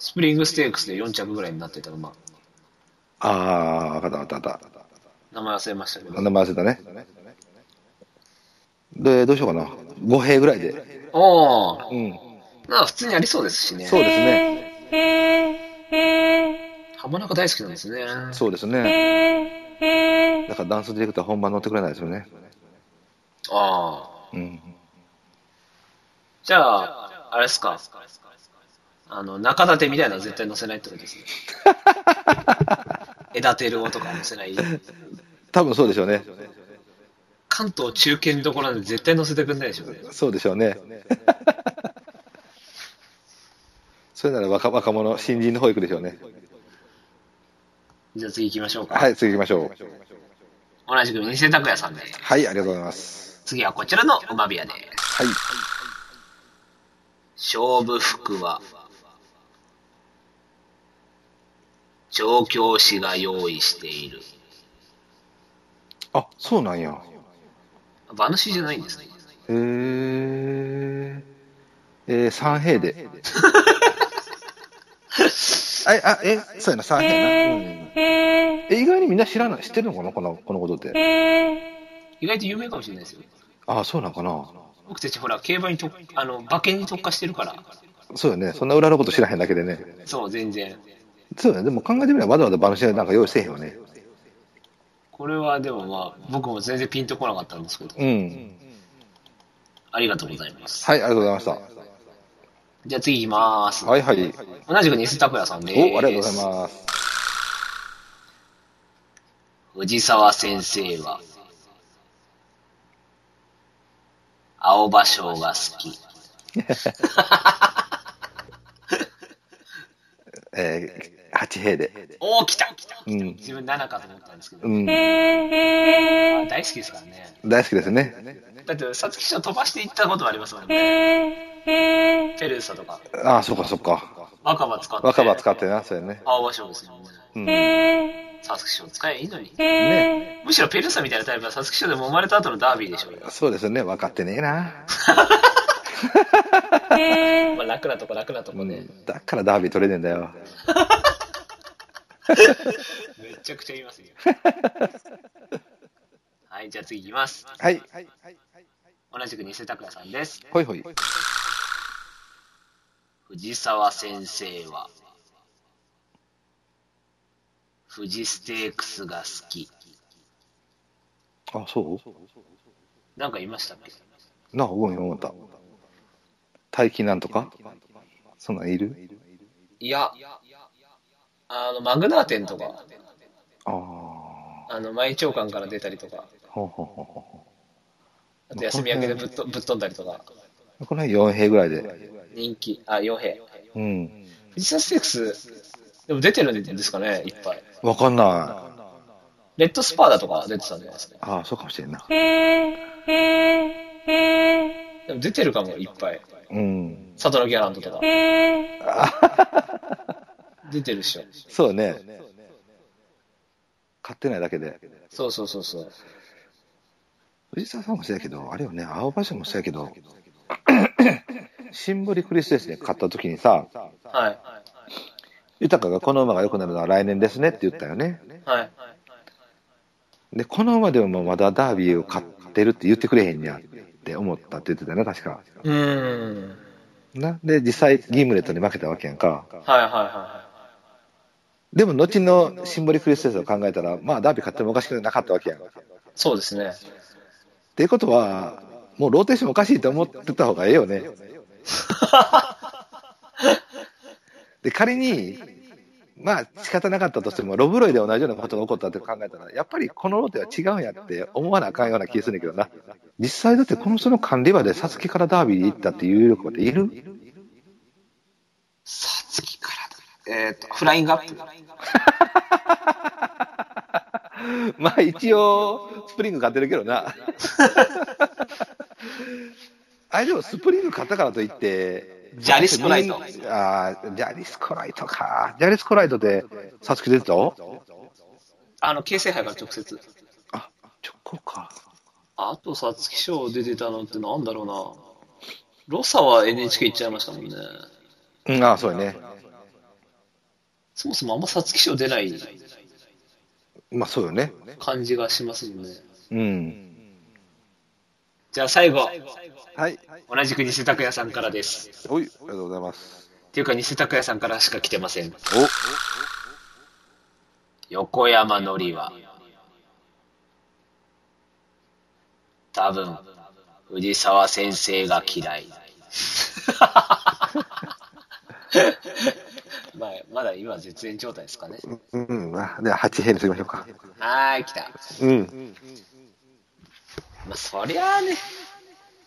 Speaker 2: スプリングステークスで4着ぐらいになってた馬。
Speaker 1: ああ、わかったわかったわかっ
Speaker 2: 名前忘れましたけ
Speaker 1: た。
Speaker 2: ど。
Speaker 1: 名前忘れたね。で、どうしようかな。5兵ぐらいで。
Speaker 2: おー。
Speaker 1: うん。
Speaker 2: まあ、普通にありそうですしね。
Speaker 1: そうですね。
Speaker 2: 浜中大好きなんですね。
Speaker 1: そうですね。だからダンスディレクター本番乗ってくれないですよね。
Speaker 2: ああ。
Speaker 1: うん。
Speaker 2: じゃあ、あれですか。あの、中立てみたいなのは絶対載せないってことですね。枝てるおとかは載せない。
Speaker 1: 多分そうでしょうね。
Speaker 2: 関東中堅どころなんで絶対載せてくんないでしょうね。
Speaker 1: そうでしょうね。 それなら若若者、新人の方行くでしょうね。
Speaker 2: じゃあ次行きましょうか。
Speaker 1: はい、次行きましょう。
Speaker 2: 同じく偽拓也さんで。
Speaker 1: はい、ありがとうございます。
Speaker 2: 次はこちらのおまびやで。
Speaker 1: はい。
Speaker 2: 勝負服は、調教師が用意している。
Speaker 1: あ、そうなんや。
Speaker 2: 馬主じゃないんですね。
Speaker 1: へーえー、三平で。あ、 あ、え、そうやな、三平な、うんえ、意外にみんな知らない、知ってるのかな、この、このことって。
Speaker 2: 意外と有名かもしれないですよ。
Speaker 1: あそうなのかな。
Speaker 2: 僕たちほら、競馬にと、あの、馬券に特化してるから。
Speaker 1: そうよね、そんな裏のこと知らへんだけでね。
Speaker 2: そう、全然。
Speaker 1: そうよね、でも考えてみれば、わざわざ馬主なんか用意せえへんよね。
Speaker 2: これはでもまあ、僕も全然ピンとこなかったんですけど、
Speaker 1: うん。
Speaker 2: ありがとうございます。
Speaker 1: はい、ありがとうございました。
Speaker 2: じゃあ次行きます。
Speaker 1: はいはい。
Speaker 2: 同じく西拓也さんです。
Speaker 1: お、ありがとうございます。
Speaker 2: 藤沢先生は、青葉賞が好き。
Speaker 1: えー、8兵で。
Speaker 2: おお、来た来た
Speaker 1: うん。
Speaker 2: 自分7かと思ったんですけど、
Speaker 1: うん。
Speaker 2: あ大好きですからね。
Speaker 1: 大好きですね。
Speaker 2: だって、皐月賞飛ばしていったこともありますもんね。ペルーサとか、
Speaker 1: ああ、そっかそっか。
Speaker 2: 若葉使って、
Speaker 1: 若葉使ってな、そうやね。
Speaker 2: 青葉賞ですもんね。
Speaker 1: うん。
Speaker 2: 皐月賞使えばいいのに。
Speaker 1: ね。
Speaker 2: むしろペルーサみたいなタイプは皐月賞でも生まれた後のダービーでしょうよ。
Speaker 1: そうですね、分かってねえな。
Speaker 2: まあ、楽なとこ楽なとこ
Speaker 1: う
Speaker 2: ね、
Speaker 1: んだからダービー取れねえんだよ。
Speaker 2: めちゃくちゃ言いま すよはいじゃあ次いきます
Speaker 1: はい。
Speaker 2: 同じく偽拓也さんです
Speaker 1: ほいほい。
Speaker 2: 藤沢先生は富士ステークスが好き
Speaker 1: あ、そう
Speaker 2: なんか言いましたっけ
Speaker 1: なあ、ごめん、思った。大金なんとかそんなんいる
Speaker 2: いやあのマグナーテンとか
Speaker 1: ああ。
Speaker 2: あの舞長官から出たりとか
Speaker 1: ほうほうほうほ
Speaker 2: あと休み明けでぶっとぶっ飛んだりとか
Speaker 1: う。この辺4兵ぐらいで。
Speaker 2: 人気あ傭兵
Speaker 1: うん。
Speaker 2: 富士サステークスでも出てるんですかねいっぱい
Speaker 1: わかんない。
Speaker 2: レッドスパーだとか出てたんじゃないですか
Speaker 1: ああ、そうかもしれんな。
Speaker 2: でも出てるかも、いっぱい。
Speaker 1: うん。
Speaker 2: サトラ・ギャランドとか。 出てるっしょ。
Speaker 1: そうね。買ってないだけで。
Speaker 2: そうそうそうそう。
Speaker 1: 藤沢さんもそうやけど、あれよね、青葉社もそうやけど、シンボリクリスですね、買った時にさ、
Speaker 2: はい。
Speaker 1: 豊がこの馬が良くなるのは来年ですねって言ったよね。
Speaker 2: はい。
Speaker 1: で、この馬でもまだダービーを買ってるって言ってくれへんにゃって思ったって言ってたよね、確か。
Speaker 2: うーん。はい
Speaker 1: な。で、実際、ギムレットに負けたわけやんか。
Speaker 2: はいは
Speaker 1: でも、後のシンボリクリスですを考えたら、まあ、ダービー買ってもおかしくなかったわけやん。っ
Speaker 2: い。そうですね。
Speaker 1: ていうことは、もうローテーションおかしいと思ってた方がええよね。で、仮に、まあ仕方なかったとしても、ロブロイで同じようなことが起こったって考えたら、やっぱりこのローテは違うんやって思わなあかんような気がするんだけどな。実際だってこの人の管理場でサツキからダービー行ったっていう有力馬っている
Speaker 2: さつきからだ。えっ、と、フライングアップ。
Speaker 1: まあ一応、スプリング買ってるけどな。 あれでもスプリング買ったからといって、
Speaker 2: ジャリスコライト
Speaker 1: ああ、ジャリスコライトか。ジャリスコライトでサツキ出てたあ、
Speaker 2: あの、京成杯から直接。
Speaker 1: チョコか。
Speaker 2: あと、さつき賞出てたのってなんだろうな。ロサは NHK 行っちゃいましたもんね。
Speaker 1: うん、ああ、そうやね。
Speaker 2: そもそもあんまさつき賞出ない
Speaker 1: まあそうよね。
Speaker 2: 感じがしますもんね。
Speaker 1: うん。
Speaker 2: じゃあ最後、
Speaker 1: はい。
Speaker 2: 同じく西拓也さんからです。
Speaker 1: おい、ありがとうございます。
Speaker 2: っていうか西拓也さんからしか来てません。
Speaker 1: お、
Speaker 2: 横山のりは、多分、藤沢先生が嫌 い。まあ、まだ今絶縁状態ですかね。
Speaker 1: うん、あでは8編にしましょうか。
Speaker 2: はーい、来た。
Speaker 1: うん。
Speaker 2: まあ、そりゃあね、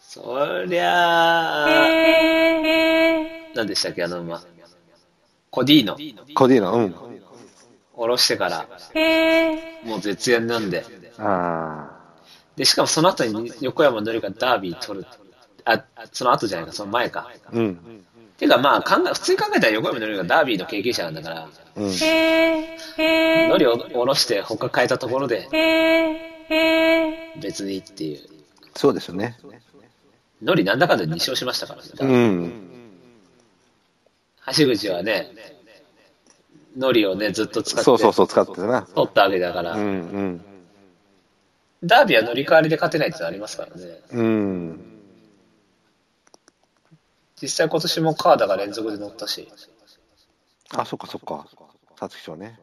Speaker 2: そりゃあ、何でしたっけ、あの馬。コディーノ、
Speaker 1: コディーノ、うん。
Speaker 2: 下ろしてから、もう絶縁なんで。
Speaker 1: あ
Speaker 2: で、しかもその後に横山のりがダービー取る。あ、その後じゃないか、その前か。
Speaker 1: あ、うん。
Speaker 2: ていうかまあ考え、普通に考えたら横山のりがダービーの経験者なんだか
Speaker 1: うん。
Speaker 2: ら、のりを下ろして他変えたところで、別にっていう。
Speaker 1: そうですね。
Speaker 2: のりなんだかんだ2勝しましたからね。
Speaker 1: うん。
Speaker 2: 橋口はね、のりをね、ずっと使って、
Speaker 1: そうそうそう、使ってたな。
Speaker 2: 取ったわけだから、
Speaker 1: うん、うん。
Speaker 2: ダービーは乗り換わりで勝てないってのありますからね。
Speaker 1: うん。
Speaker 2: 実際今年もカーダが連続で乗ったし、
Speaker 1: あ、そっかそっか。皐月賞ね。